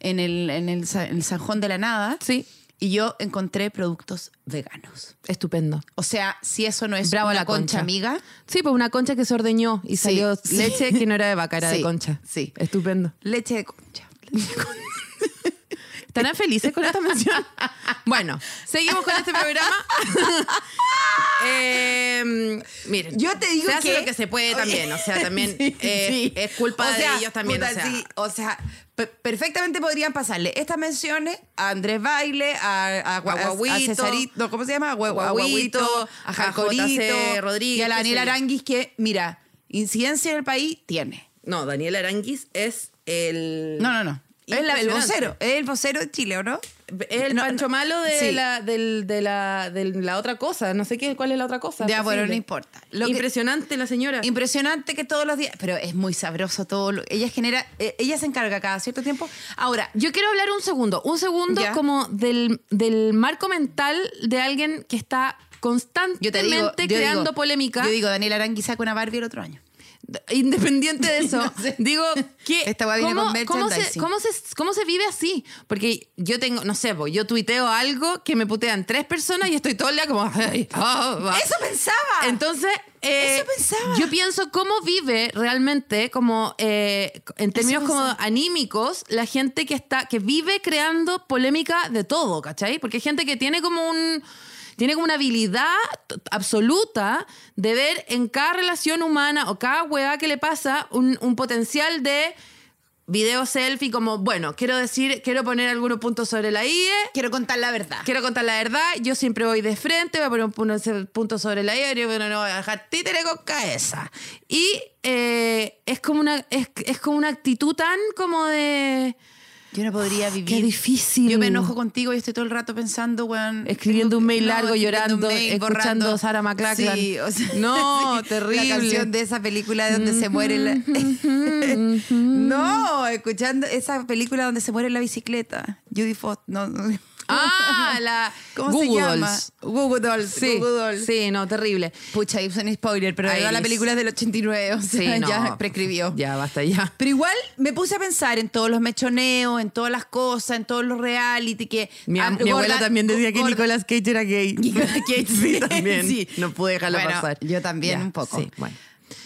Speaker 3: en, el, en el sa- en el Sanjón de la Nada.
Speaker 4: sí,
Speaker 3: Y yo encontré productos veganos.
Speaker 4: estupendo.
Speaker 3: O sea, si eso no es
Speaker 4: Bravo
Speaker 3: una
Speaker 4: la concha.
Speaker 3: concha, amiga.
Speaker 4: Sí, pues una concha que se ordeñó y
Speaker 3: Sí,
Speaker 4: salió
Speaker 3: sí.
Speaker 4: leche que no era de vaca, era de
Speaker 3: Sí,
Speaker 4: concha.
Speaker 3: sí.
Speaker 4: Estupendo.
Speaker 3: Leche de concha.
Speaker 4: ¿Estarán felices con esta mención? Ah, Bueno, seguimos con este programa. Eh, miren,
Speaker 3: Yo te digo
Speaker 4: se hace
Speaker 3: que-
Speaker 4: lo que se puede también, o sea, también
Speaker 3: Sí,
Speaker 4: eh,
Speaker 3: sí.
Speaker 4: es culpa
Speaker 3: O sea,
Speaker 4: de ellos también.
Speaker 3: puta,
Speaker 4: o sea,
Speaker 3: sí, o sea, pe- perfectamente podrían pasarle estas menciones a Andrés Baile, a, a, Gua- a-
Speaker 4: Guaguito,
Speaker 3: a Cesarito, no, ¿cómo se llama? A Gua-
Speaker 4: Guaguito,
Speaker 3: Guaguito,
Speaker 4: a
Speaker 3: a Jacorito,
Speaker 4: JC Rodríguez,
Speaker 3: y a la
Speaker 4: qué sé
Speaker 3: Daniela
Speaker 4: yo.
Speaker 3: Aranguis que, mira, incidencia en el país tiene.
Speaker 4: No, Daniel Aranguis es el.
Speaker 3: No, no, no.
Speaker 4: Es
Speaker 3: el, el
Speaker 4: impresionante.
Speaker 3: vocero. Es el vocero de Chile, ¿o no?
Speaker 4: Es el
Speaker 3: No,
Speaker 4: Pancho
Speaker 3: no.
Speaker 4: Malo de,
Speaker 3: Sí.
Speaker 4: la, del- de, la, de la otra cosa. No sé qué, cuál es la otra cosa.
Speaker 3: Ya, bueno,
Speaker 4: posible.
Speaker 3: no importa. Lo que-
Speaker 4: Impresionante la señora.
Speaker 3: Impresionante que todos los días, pero es muy sabroso todo. lo- ella genera, eh, ella se encarga cada cierto tiempo. Ahora,
Speaker 4: Yo quiero hablar un segundo, un segundo
Speaker 3: Ya.
Speaker 4: como del, del marco mental de alguien que está
Speaker 3: yo te digo,
Speaker 4: constantemente
Speaker 3: yo
Speaker 4: creando
Speaker 3: digo-
Speaker 4: polémica.
Speaker 3: Yo digo, Daniel Arangui saca una Barbie el otro año.
Speaker 4: Independiente de eso,
Speaker 3: No sé.
Speaker 4: digo, ¿qué,
Speaker 3: Esta weá viene
Speaker 4: cómo,
Speaker 3: con
Speaker 4: cómo se,
Speaker 3: merchandising.
Speaker 4: cómo, se, ¿cómo se vive así? Porque yo tengo, no sé, po, yo tuiteo algo que me putean tres personas y estoy todo el día como... "Ay, ah, va".
Speaker 3: Eso pensaba.
Speaker 4: Entonces, eh,
Speaker 3: Eso pensaba.
Speaker 4: yo pienso cómo vive realmente, como eh, en términos como
Speaker 3: pensaba.
Speaker 4: anímicos, la gente que está, que vive creando polémica de todo, ¿cachai? Porque hay gente que tiene como un. Tiene como una habilidad t- absoluta de ver en cada relación humana o cada weá que le pasa un, un potencial de video selfie, como, bueno, quiero decir, quiero poner algunos puntos sobre la E IE,
Speaker 3: quiero contar la verdad.
Speaker 4: Quiero contar la verdad, yo siempre voy de frente, voy a poner un pu- ese punto sobre la I, pero no voy a dejar títere con cabeza. Y eh, es, como una, es, es como una actitud tan como de...
Speaker 3: Yo no podría vivir.
Speaker 4: Ah, Qué difícil.
Speaker 3: Yo me enojo contigo y estoy todo el rato pensando, weón.
Speaker 4: Escribiendo
Speaker 3: tengo
Speaker 4: un
Speaker 3: que-
Speaker 4: mail
Speaker 3: no,
Speaker 4: largo,
Speaker 3: escribiendo un
Speaker 4: llorando, escuchando
Speaker 3: borrando.
Speaker 4: a Sarah McLachlan.
Speaker 3: Sí, o sea,
Speaker 4: No, terrible.
Speaker 3: La canción de esa película donde se muere la... no, escuchando esa película donde se muere la bicicleta. Judy Foster. No, no.
Speaker 4: Ah, la...
Speaker 3: ¿Cómo
Speaker 4: Google
Speaker 3: se llama?
Speaker 4: Dolls.
Speaker 3: Google Dolls.
Speaker 4: Sí,
Speaker 3: Google Dolls.
Speaker 4: sí, no, terrible.
Speaker 3: Pucha, ahí un spoiler, pero
Speaker 4: Ahí
Speaker 3: ahí va la
Speaker 4: dice.
Speaker 3: película es del 89, o
Speaker 4: Sí,
Speaker 3: sea,
Speaker 4: no.
Speaker 3: ya prescribió.
Speaker 4: Ya, basta ya.
Speaker 3: Pero igual me puse a pensar en todos los mechoneos, en todas las cosas, en todos los reality que...
Speaker 4: Mi,
Speaker 3: ah,
Speaker 4: am- mi abuela
Speaker 3: gorda-
Speaker 4: también decía que
Speaker 3: gorda-
Speaker 4: Nicolas Cage era gay.
Speaker 3: Nicolas Cage,
Speaker 4: sí,
Speaker 3: sí,
Speaker 4: también.
Speaker 3: sí.
Speaker 4: No pude dejarlo
Speaker 3: Bueno,
Speaker 4: pasar.
Speaker 3: yo también un poco.
Speaker 4: Sí, bueno.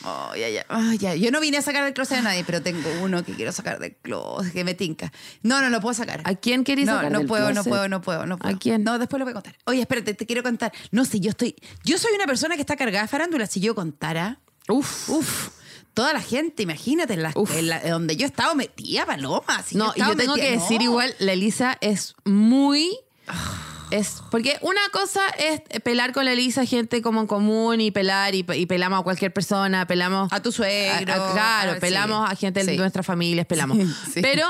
Speaker 3: Oh, ya, ya. Ay, ya. Yo no vine a sacar del closet a nadie, pero tengo uno que quiero sacar del closet, que me tinca. No, no lo puedo sacar.
Speaker 4: ¿A quién querís
Speaker 3: no,
Speaker 4: sacar
Speaker 3: no
Speaker 4: del
Speaker 3: puedo, no
Speaker 4: closet?
Speaker 3: puedo, no puedo, no puedo.
Speaker 4: ¿A quién?
Speaker 3: No, después lo voy a contar. Oye, espérate, te quiero contar. No, si yo estoy. Yo soy una persona que está cargada de farándula. Si yo contara.
Speaker 4: Uf.
Speaker 3: Uf. Toda la gente, imagínate, en las-
Speaker 4: Uf.
Speaker 3: en la- donde yo he estado metida, paloma. si
Speaker 4: No,
Speaker 3: he
Speaker 4: y
Speaker 3: estado
Speaker 4: yo tengo
Speaker 3: metida-
Speaker 4: que
Speaker 3: no.
Speaker 4: decir igual, la Elisa es muy...
Speaker 3: Ah.
Speaker 4: Es, porque una cosa es pelar con la Elisa gente como en común y pelar y, pe- y pelamos a cualquier persona, pelamos
Speaker 3: A tu suegro.
Speaker 4: a- a- claro,
Speaker 3: a- sí.
Speaker 4: pelamos a gente de
Speaker 3: Sí.
Speaker 4: nuestras familias, pelamos.
Speaker 3: Sí, sí.
Speaker 4: Pero,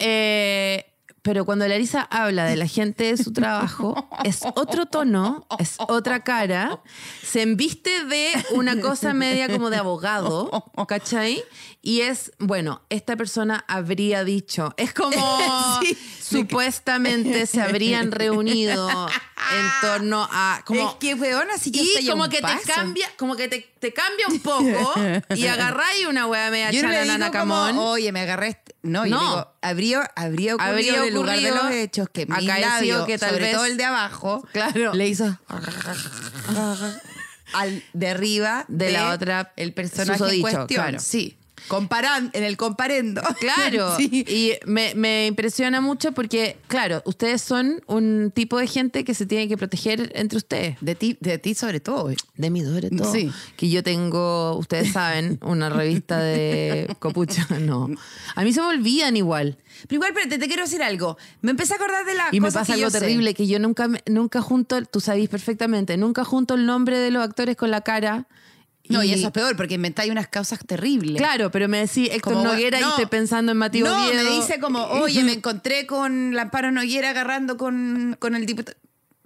Speaker 4: eh, pero cuando Larisa habla de la gente de su trabajo, es otro tono, es otra cara, se embiste de una cosa media como de abogado, ¿cachai? Y es, bueno, esta persona habría dicho, es como
Speaker 3: Sí.
Speaker 4: supuestamente se habrían reunido en torno a... Como,
Speaker 3: es que, weona, si yo estoy
Speaker 4: y
Speaker 3: a
Speaker 4: como
Speaker 3: un
Speaker 4: que te
Speaker 3: paso.
Speaker 4: cambia, como que te, te cambia un poco y agarráis una wea media
Speaker 3: Yo no le digo
Speaker 4: chananana
Speaker 3: como,
Speaker 4: camón.
Speaker 3: oye, me agarré. este-". No,
Speaker 4: No.
Speaker 3: yo digo, habría, habría ocurrido
Speaker 4: Habría
Speaker 3: en el lugar de
Speaker 4: ocurrido,
Speaker 3: los hechos que mi
Speaker 4: acaeció
Speaker 3: labio,
Speaker 4: que tal
Speaker 3: sobre
Speaker 4: vez-
Speaker 3: todo el de abajo,
Speaker 4: Claro.
Speaker 3: le hizo al de arriba
Speaker 4: De la otra
Speaker 3: el personaje en
Speaker 4: susodicho,
Speaker 3: cuestión.
Speaker 4: claro.
Speaker 3: Sí. Comparan, en el comparendo.
Speaker 4: Claro,
Speaker 3: Sí.
Speaker 4: y me, me impresiona mucho porque, claro, ustedes son un tipo de gente que se tiene que proteger entre ustedes.
Speaker 3: De ti, de ti sobre todo.
Speaker 4: De mi sobre todo.
Speaker 3: Sí.
Speaker 4: Que yo tengo, ustedes saben, una revista de copucha. No. A mí se me olvidan igual.
Speaker 3: Pero igual, espérate, te quiero decir algo. Me empecé a acordar de la
Speaker 4: Y me pasa algo terrible que yo nunca, me- nunca junto, tú sabís perfectamente, nunca junto el nombre de los actores con la cara.
Speaker 3: No, y eso es peor, porque inventáis unas causas terribles.
Speaker 4: Claro, pero me decís Héctor
Speaker 3: Como,
Speaker 4: Noguera y
Speaker 3: no,
Speaker 4: estoy pensando en Mateo
Speaker 3: No,
Speaker 4: Oviedo.
Speaker 3: me dice como, oye, me encontré con la Amparo Noguera agarrando con, con el diputado.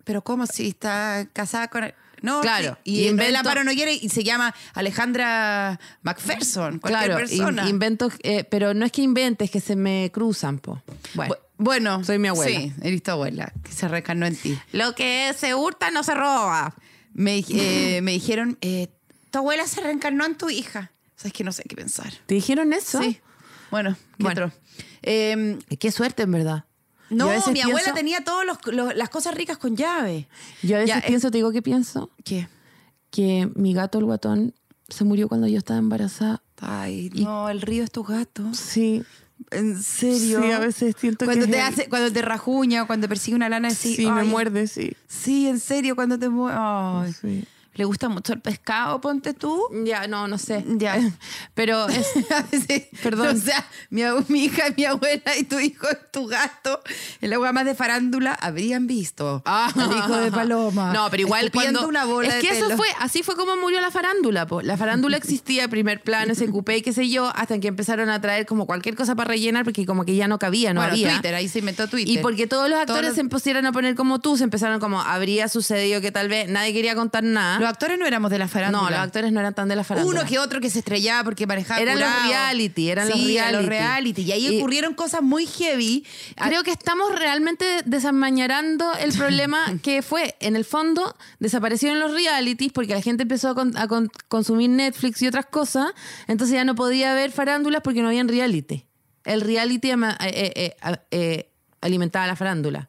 Speaker 3: Pero ¿cómo si está casada con el- No,
Speaker 4: Claro,
Speaker 3: sí.
Speaker 4: y
Speaker 3: Y, en vez de la
Speaker 4: invento-
Speaker 3: Amparo Noguera y se llama Alejandra McPherson, cualquier
Speaker 4: Claro, in-
Speaker 3: persona.
Speaker 4: invento, eh, pero no es que inventes, que se me cruzan, po. Bueno.
Speaker 3: Bu- bueno,
Speaker 4: Soy mi abuela.
Speaker 3: Sí, eres tu abuela, que se recanó en ti.
Speaker 4: Lo que se hurta no se roba.
Speaker 3: Me, dij- eh, me dijeron, eh, tu abuela se reencarnó en tu hija. O sea, es que no sé qué pensar.
Speaker 4: ¿Te dijeron eso?
Speaker 3: Sí. Bueno, ¿qué
Speaker 4: Bueno.
Speaker 3: otro? Em,
Speaker 4: Qué suerte, en verdad.
Speaker 3: no,
Speaker 4: Yo a
Speaker 3: mi
Speaker 4: veces
Speaker 3: abuela
Speaker 4: pienso-
Speaker 3: tenía todas las cosas ricas con llave.
Speaker 4: Yo a veces
Speaker 3: Ya, eh.
Speaker 4: pienso, te digo que pienso,
Speaker 3: ¿Qué?
Speaker 4: que mi gato, el guatón, se murió cuando yo estaba embarazada.
Speaker 3: Ay, no, el río es tu gato.
Speaker 4: Sí.
Speaker 3: ¿En serio?
Speaker 4: Sí, a veces siento
Speaker 3: cuando
Speaker 4: que
Speaker 3: te
Speaker 4: es él.
Speaker 3: hace, cuando te rajuña, cuando persigue una lana así.
Speaker 4: Sí, me
Speaker 3: ay,
Speaker 4: muerde, sí.
Speaker 3: Sí, en serio, cuando te muerde.
Speaker 4: Sí.
Speaker 3: le gusta mucho el pescado, ponte tú.
Speaker 4: Ya, no, no sé.
Speaker 3: Ya.
Speaker 4: Pero es,
Speaker 3: Sí.
Speaker 4: Perdón.
Speaker 3: O sea, mi, abu- mi hija, mi abuela y tu hijo, tu gato, el agua más de farándula, habrían visto
Speaker 4: Ah.
Speaker 3: al hijo de Paloma.
Speaker 4: No, pero igual
Speaker 3: escupiendo
Speaker 4: cuando
Speaker 3: una bola
Speaker 4: es
Speaker 3: de
Speaker 4: que eso
Speaker 3: pelo.
Speaker 4: fue, así fue como murió la farándula, po. La farándula existía, primer plano, ese coupé y qué sé yo, hasta que empezaron a traer como cualquier cosa para rellenar porque como que ya no cabía, no
Speaker 3: bueno,
Speaker 4: había.
Speaker 3: Twitter, ahí se inventó Twitter.
Speaker 4: Y porque todos los actores
Speaker 3: los-
Speaker 4: se pusieron a poner como tú, se empezaron como habría sucedido que tal vez nadie quería contar nada.
Speaker 3: los actores no éramos de la farándula.
Speaker 4: no, los actores no eran tan de la farándula.
Speaker 3: Uno que otro que se estrellaba porque manejaba
Speaker 4: Eran los
Speaker 3: curado.
Speaker 4: reality, eran los
Speaker 3: Sí,
Speaker 4: reality.
Speaker 3: reality. Y ahí
Speaker 4: Y-
Speaker 3: ocurrieron cosas muy heavy.
Speaker 4: Creo que estamos realmente desamañarando el problema que fue, en el fondo, desaparecieron los realities porque la gente empezó a, con- a con- consumir Netflix y otras cosas, entonces ya no podía ver farándulas porque no habían reality. El reality ama- eh, eh, eh, eh, alimentaba la farándula.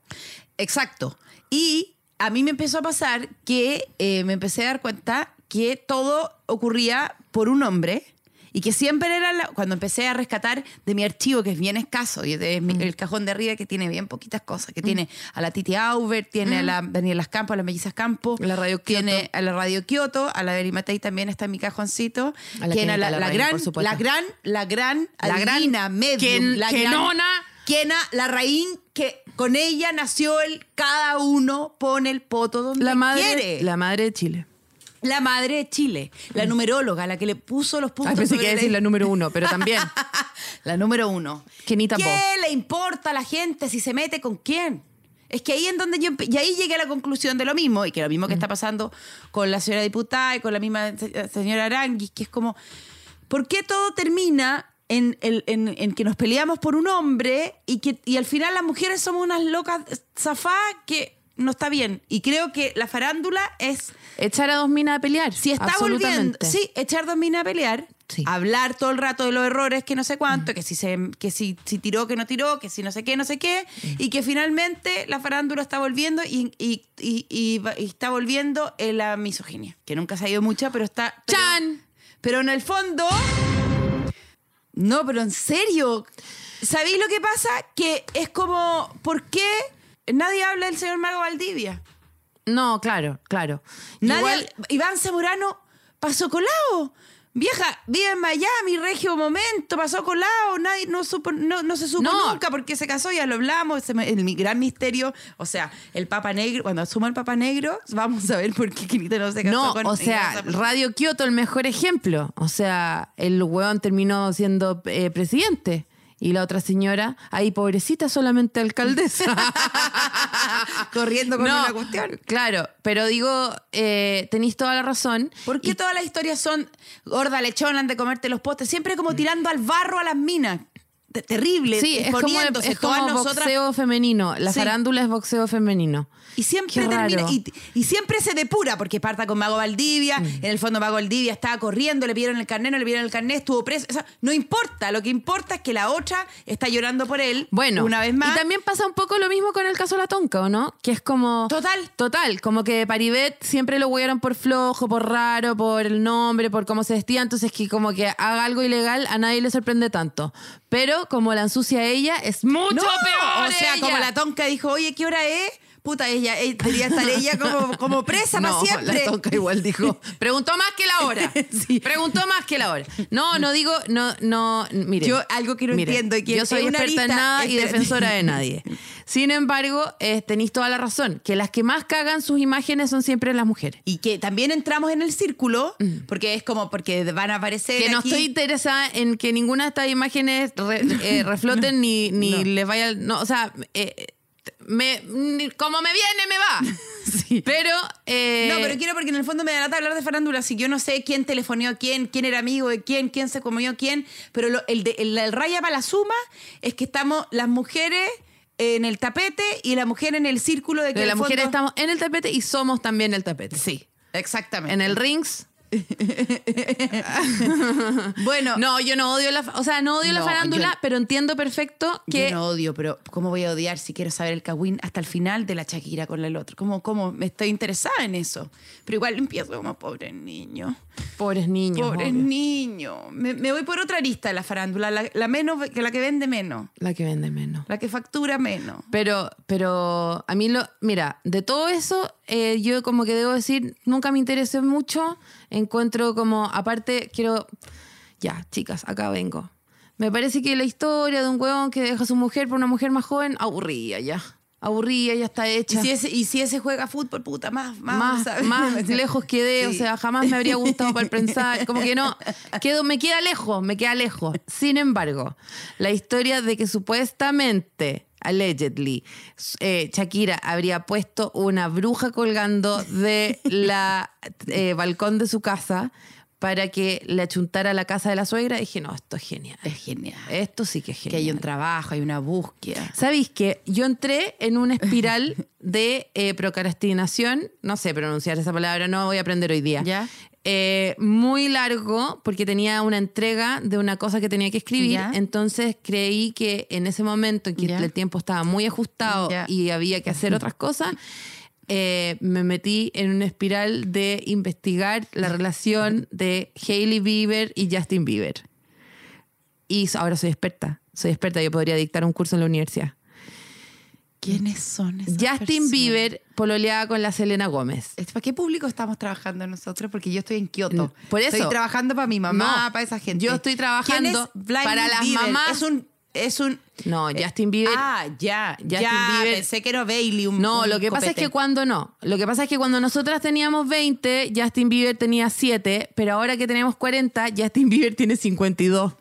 Speaker 3: Exacto. Y a mí me empezó a pasar que eh, me empecé a dar cuenta que todo ocurría por un hombre y que siempre era la- cuando empecé a rescatar de mi archivo, que es bien escaso, y de
Speaker 4: Mm.
Speaker 3: mi- el cajón de arriba que tiene bien poquitas cosas, que tiene a la Titi Auber, tiene a la Daniela Campos, a la Mellizas Campos,
Speaker 4: Mm. La Radio Kioto.
Speaker 3: tiene a la Radio Kioto, a la Beri Matei también está en mi cajoncito,
Speaker 4: A la
Speaker 3: tiene a la,
Speaker 4: Kenita
Speaker 3: la
Speaker 4: Larraín,
Speaker 3: gran,
Speaker 4: por supuesto.
Speaker 3: la gran, la gran,
Speaker 4: La gran
Speaker 3: adivina, medium,
Speaker 4: Ken-
Speaker 3: la
Speaker 4: Kenona.
Speaker 3: Kena Larraín, que con ella nació el cada uno pone el poto donde
Speaker 4: La madre,
Speaker 3: quiere. La,
Speaker 4: la madre de Chile.
Speaker 3: madre de Chile, la numeróloga, la que le puso los puntos.
Speaker 4: Ay, pensé que
Speaker 3: sobre
Speaker 4: iba a decir la número uno, pero también.
Speaker 3: la número uno.
Speaker 4: Kenita
Speaker 3: ¿Qué
Speaker 4: Bo.
Speaker 3: le importa a la gente si se mete con quién? Es que ahí en donde yo empe- y ahí llegué a la conclusión de lo mismo y que lo mismo que está pasando con la señora diputada y con la misma se- eh, señora Aranguis, que es como ¿por qué todo termina en, el- en- en que nos peleamos por un hombre y que y al final las mujeres somos unas locas zafá que no está bien y creo que la farándula es
Speaker 4: Echar a dos minas a pelear.
Speaker 3: si está
Speaker 4: absolutamente.
Speaker 3: volviendo, sí, echar dos minas a pelear,
Speaker 4: Sí.
Speaker 3: hablar todo el rato de los errores que no sé cuánto, que si se que si, si tiró, que no tiró, que si no sé qué, no sé qué, y que finalmente la farándula está volviendo y, y- y- y va- y está volviendo en la misoginia, que nunca se ha ido mucha, pero está... pero-
Speaker 4: ¡Chan!
Speaker 3: Pero en el fondo... No, pero en serio. ¿Sabéis lo que pasa? Que es como, ¿por qué nadie habla del señor Mago Valdivia?
Speaker 4: No, claro, claro.
Speaker 3: Nadie-
Speaker 4: Igual-
Speaker 3: Iván Zamorano pasó colado. Vieja, vive en Miami, regio momento, pasó colado, nadie no supo, no, no se supo
Speaker 4: No.
Speaker 3: nunca porque se casó, ya lo hablamos, se me- el mi- gran misterio, o sea, el Papa Negro, cuando asuma el Papa Negro, vamos a ver por qué Quirita no se casó
Speaker 4: No,
Speaker 3: con
Speaker 4: o
Speaker 3: Iván
Speaker 4: sea,
Speaker 3: Zamorano.
Speaker 4: Radio Kioto el mejor ejemplo. O sea, el hueón terminó siendo eh, presidente. Y la otra señora, ahí pobrecita, solamente alcaldesa.
Speaker 3: corriendo con una cuestión.
Speaker 4: Claro, pero digo, eh, tenéis toda la razón.
Speaker 3: ¿Por qué
Speaker 4: Y-
Speaker 3: todas las historias son gorda lechona han de comerte los postes? Siempre como tirando al barro a las minas. Te- Terrible,
Speaker 4: Mm. Sí, es como,
Speaker 3: exponiéndose
Speaker 4: es como
Speaker 3: todas nosotras.
Speaker 4: boxeo femenino. La
Speaker 3: Sí.
Speaker 4: farándula es boxeo femenino.
Speaker 3: Y siempre
Speaker 4: Qué
Speaker 3: termina-
Speaker 4: raro. Mm.
Speaker 3: y, y siempre se depura, porque parta con Mago Valdivia, en el fondo Mago Valdivia estaba corriendo, le pidieron el carnet, no le pidieron el carnet, estuvo preso. O sea, no importa, lo que importa es que la otra está llorando por él.
Speaker 4: Bueno,
Speaker 3: una vez más.
Speaker 4: Y también pasa un poco lo mismo con el caso La Tonca, ¿o no? Que es como.
Speaker 3: Total.
Speaker 4: Total. Como que Paribet siempre lo huyeron por flojo, por raro, por el nombre, por cómo se vestía. Entonces, que como que haga algo ilegal, a nadie le sorprende tanto. Pero como la ensucia ella, es mucho
Speaker 3: No,
Speaker 4: peor.
Speaker 3: O sea,
Speaker 4: ella.
Speaker 3: como la tonca dijo, oye, ¿qué hora es? Puta, ella, eh, debería estar ella como, como presa
Speaker 4: No,
Speaker 3: para
Speaker 4: La
Speaker 3: siempre.
Speaker 4: tonca igual dijo. Preguntó más que la hora.
Speaker 3: Sí.
Speaker 4: Preguntó más que la hora. No, no digo, no, no, mire.
Speaker 3: Yo algo que no entiendo y que
Speaker 4: yo soy
Speaker 3: es una
Speaker 4: experta en
Speaker 3: arista-
Speaker 4: nada y
Speaker 3: espérate.
Speaker 4: defensora de nadie. Sin embargo, eh, tenéis toda la razón, que las que más cagan sus imágenes son siempre las mujeres.
Speaker 3: Y que también entramos en el círculo, porque es como, porque van a aparecer.
Speaker 4: Mm. Que no
Speaker 3: aquí-
Speaker 4: estoy interesada en que ninguna de estas imágenes re- eh, refloten ni, ni les vaya. No, o sea, eh, me, ni- como me viene, me va. Pero. eh,
Speaker 3: No, pero quiero porque en el fondo me da lata hablar de farándula. Si yo no sé quién telefoneó a quién, quién era amigo de quién, quién se comió a quién. Pero lo- el, de- el- el raya para la suma es que estamos las mujeres en el tapete y la mujer en el círculo de que
Speaker 4: de
Speaker 3: en
Speaker 4: las
Speaker 3: el
Speaker 4: mujeres
Speaker 3: fondo-
Speaker 4: estamos en el tapete y somos también el tapete.
Speaker 3: Sí, exactamente.
Speaker 4: En el rings
Speaker 3: Bueno,
Speaker 4: No, yo no odio la, fa- o sea, no odio la
Speaker 3: No,
Speaker 4: farándula,
Speaker 3: yo-
Speaker 4: pero entiendo perfecto
Speaker 3: yo
Speaker 4: que
Speaker 3: no odio, pero ¿cómo voy a odiar si quiero saber el cagüín hasta el final de la Shakira con el otro? ¿Cómo, cómo? Me estoy interesada en eso. Pero igual empiezo como, pobre niño,
Speaker 4: pobres niños,
Speaker 3: pobre
Speaker 4: obvio.
Speaker 3: niño. Me, me voy por otra lista de la farándula, la, la menos, que la que vende menos,
Speaker 4: la que vende menos.
Speaker 3: la que factura menos.
Speaker 4: Pero, pero a mí lo, mira, de todo eso, eh, yo como que debo decir, nunca me interesé mucho. Encuentro como, aparte, quiero, ya, chicas, acá vengo. Me parece que la historia de un huevón que deja a su mujer por una mujer más joven, aburrida ya. Aburrida, ya está
Speaker 3: Y
Speaker 4: hecha.
Speaker 3: si, ese, y si ese juega fútbol, puta, más, más,
Speaker 4: más,
Speaker 3: ¿sabes?
Speaker 4: más lejos quedé, o
Speaker 3: Sí.
Speaker 4: sea, jamás me habría gustado para pensar, como que no, quedo, me queda lejos, me queda lejos. Sin embargo, la historia de que supuestamente, allegedly, eh, Shakira habría puesto una bruja colgando de la eh, balcón de su casa para que le achuntara a la casa de la suegra, dije, no, esto es genial.
Speaker 3: Es genial.
Speaker 4: Esto sí que es
Speaker 3: que
Speaker 4: genial.
Speaker 3: hay un trabajo, hay una búsqueda.
Speaker 4: ¿Sabéis que yo entré en una espiral de eh, procrastinación? No sé pronunciar esa palabra, no voy a aprender hoy día.
Speaker 3: ¿Ya?
Speaker 4: Eh, muy largo, porque tenía una entrega de una cosa que tenía que escribir.
Speaker 3: Ya.
Speaker 4: Entonces creí que en ese momento en que
Speaker 3: Ya.
Speaker 4: el tiempo estaba muy ajustado
Speaker 3: Ya.
Speaker 4: y había que hacer otras cosas, eh, me metí en una espiral de investigar la relación de Hailey Bieber y Justin Bieber. Y ahora soy experta. Soy experta. Yo podría dictar un curso en la universidad.
Speaker 3: ¿Quiénes son esas
Speaker 4: Justin
Speaker 3: personas?
Speaker 4: Bieber pololeaba con la Selena Gómez.
Speaker 3: Es- ¿Para qué público estamos trabajando nosotros? Porque yo estoy en Kioto.
Speaker 4: Mm, por eso.
Speaker 3: Estoy trabajando para mi mamá,
Speaker 4: No,
Speaker 3: para esa gente.
Speaker 4: yo estoy trabajando
Speaker 3: ¿Quién es Blinding
Speaker 4: para las
Speaker 3: Bieber?
Speaker 4: mamás.
Speaker 3: Es un... Es un
Speaker 4: No, Justin Bieber.
Speaker 3: ah, ya,
Speaker 4: Justin
Speaker 3: ya.
Speaker 4: Bieber-
Speaker 3: Pensé que era Bailey un
Speaker 4: No,
Speaker 3: un
Speaker 4: lo que pasa es
Speaker 3: copete.
Speaker 4: que cuando no. Lo que pasa es que cuando nosotras teníamos 20, Justin Bieber tenía 7, pero ahora que tenemos 40, Justin Bieber tiene 52.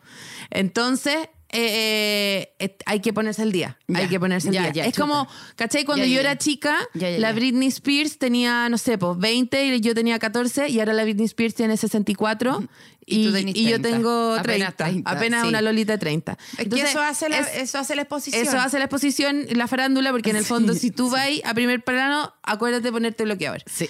Speaker 4: Entonces, eh, eh, hay que ponerse al día.
Speaker 3: Ya,
Speaker 4: hay que ponerse al
Speaker 3: ya,
Speaker 4: día.
Speaker 3: ya,
Speaker 4: es
Speaker 3: chuta.
Speaker 4: como, ¿cachai? Cuando
Speaker 3: Ya, ya,
Speaker 4: yo
Speaker 3: ya.
Speaker 4: era chica,
Speaker 3: Ya, ya,
Speaker 4: la
Speaker 3: ya.
Speaker 4: Britney Spears tenía, no sé, pues 20 y yo tenía 14 y ahora la Britney Spears tiene 64
Speaker 3: Y
Speaker 4: y,
Speaker 3: tú tenés
Speaker 4: y yo
Speaker 3: 30.
Speaker 4: tengo
Speaker 3: Apenas
Speaker 4: 30. Apenas,
Speaker 3: 30, sí.
Speaker 4: una lolita de 30.
Speaker 3: Es que
Speaker 4: Entonces,
Speaker 3: eso, hace la,
Speaker 4: es-
Speaker 3: eso hace la exposición.
Speaker 4: eso hace la exposición, la farándula, porque en el fondo, si tú vas a primer plano, acuérdate de ponerte bloqueador.
Speaker 3: Sí.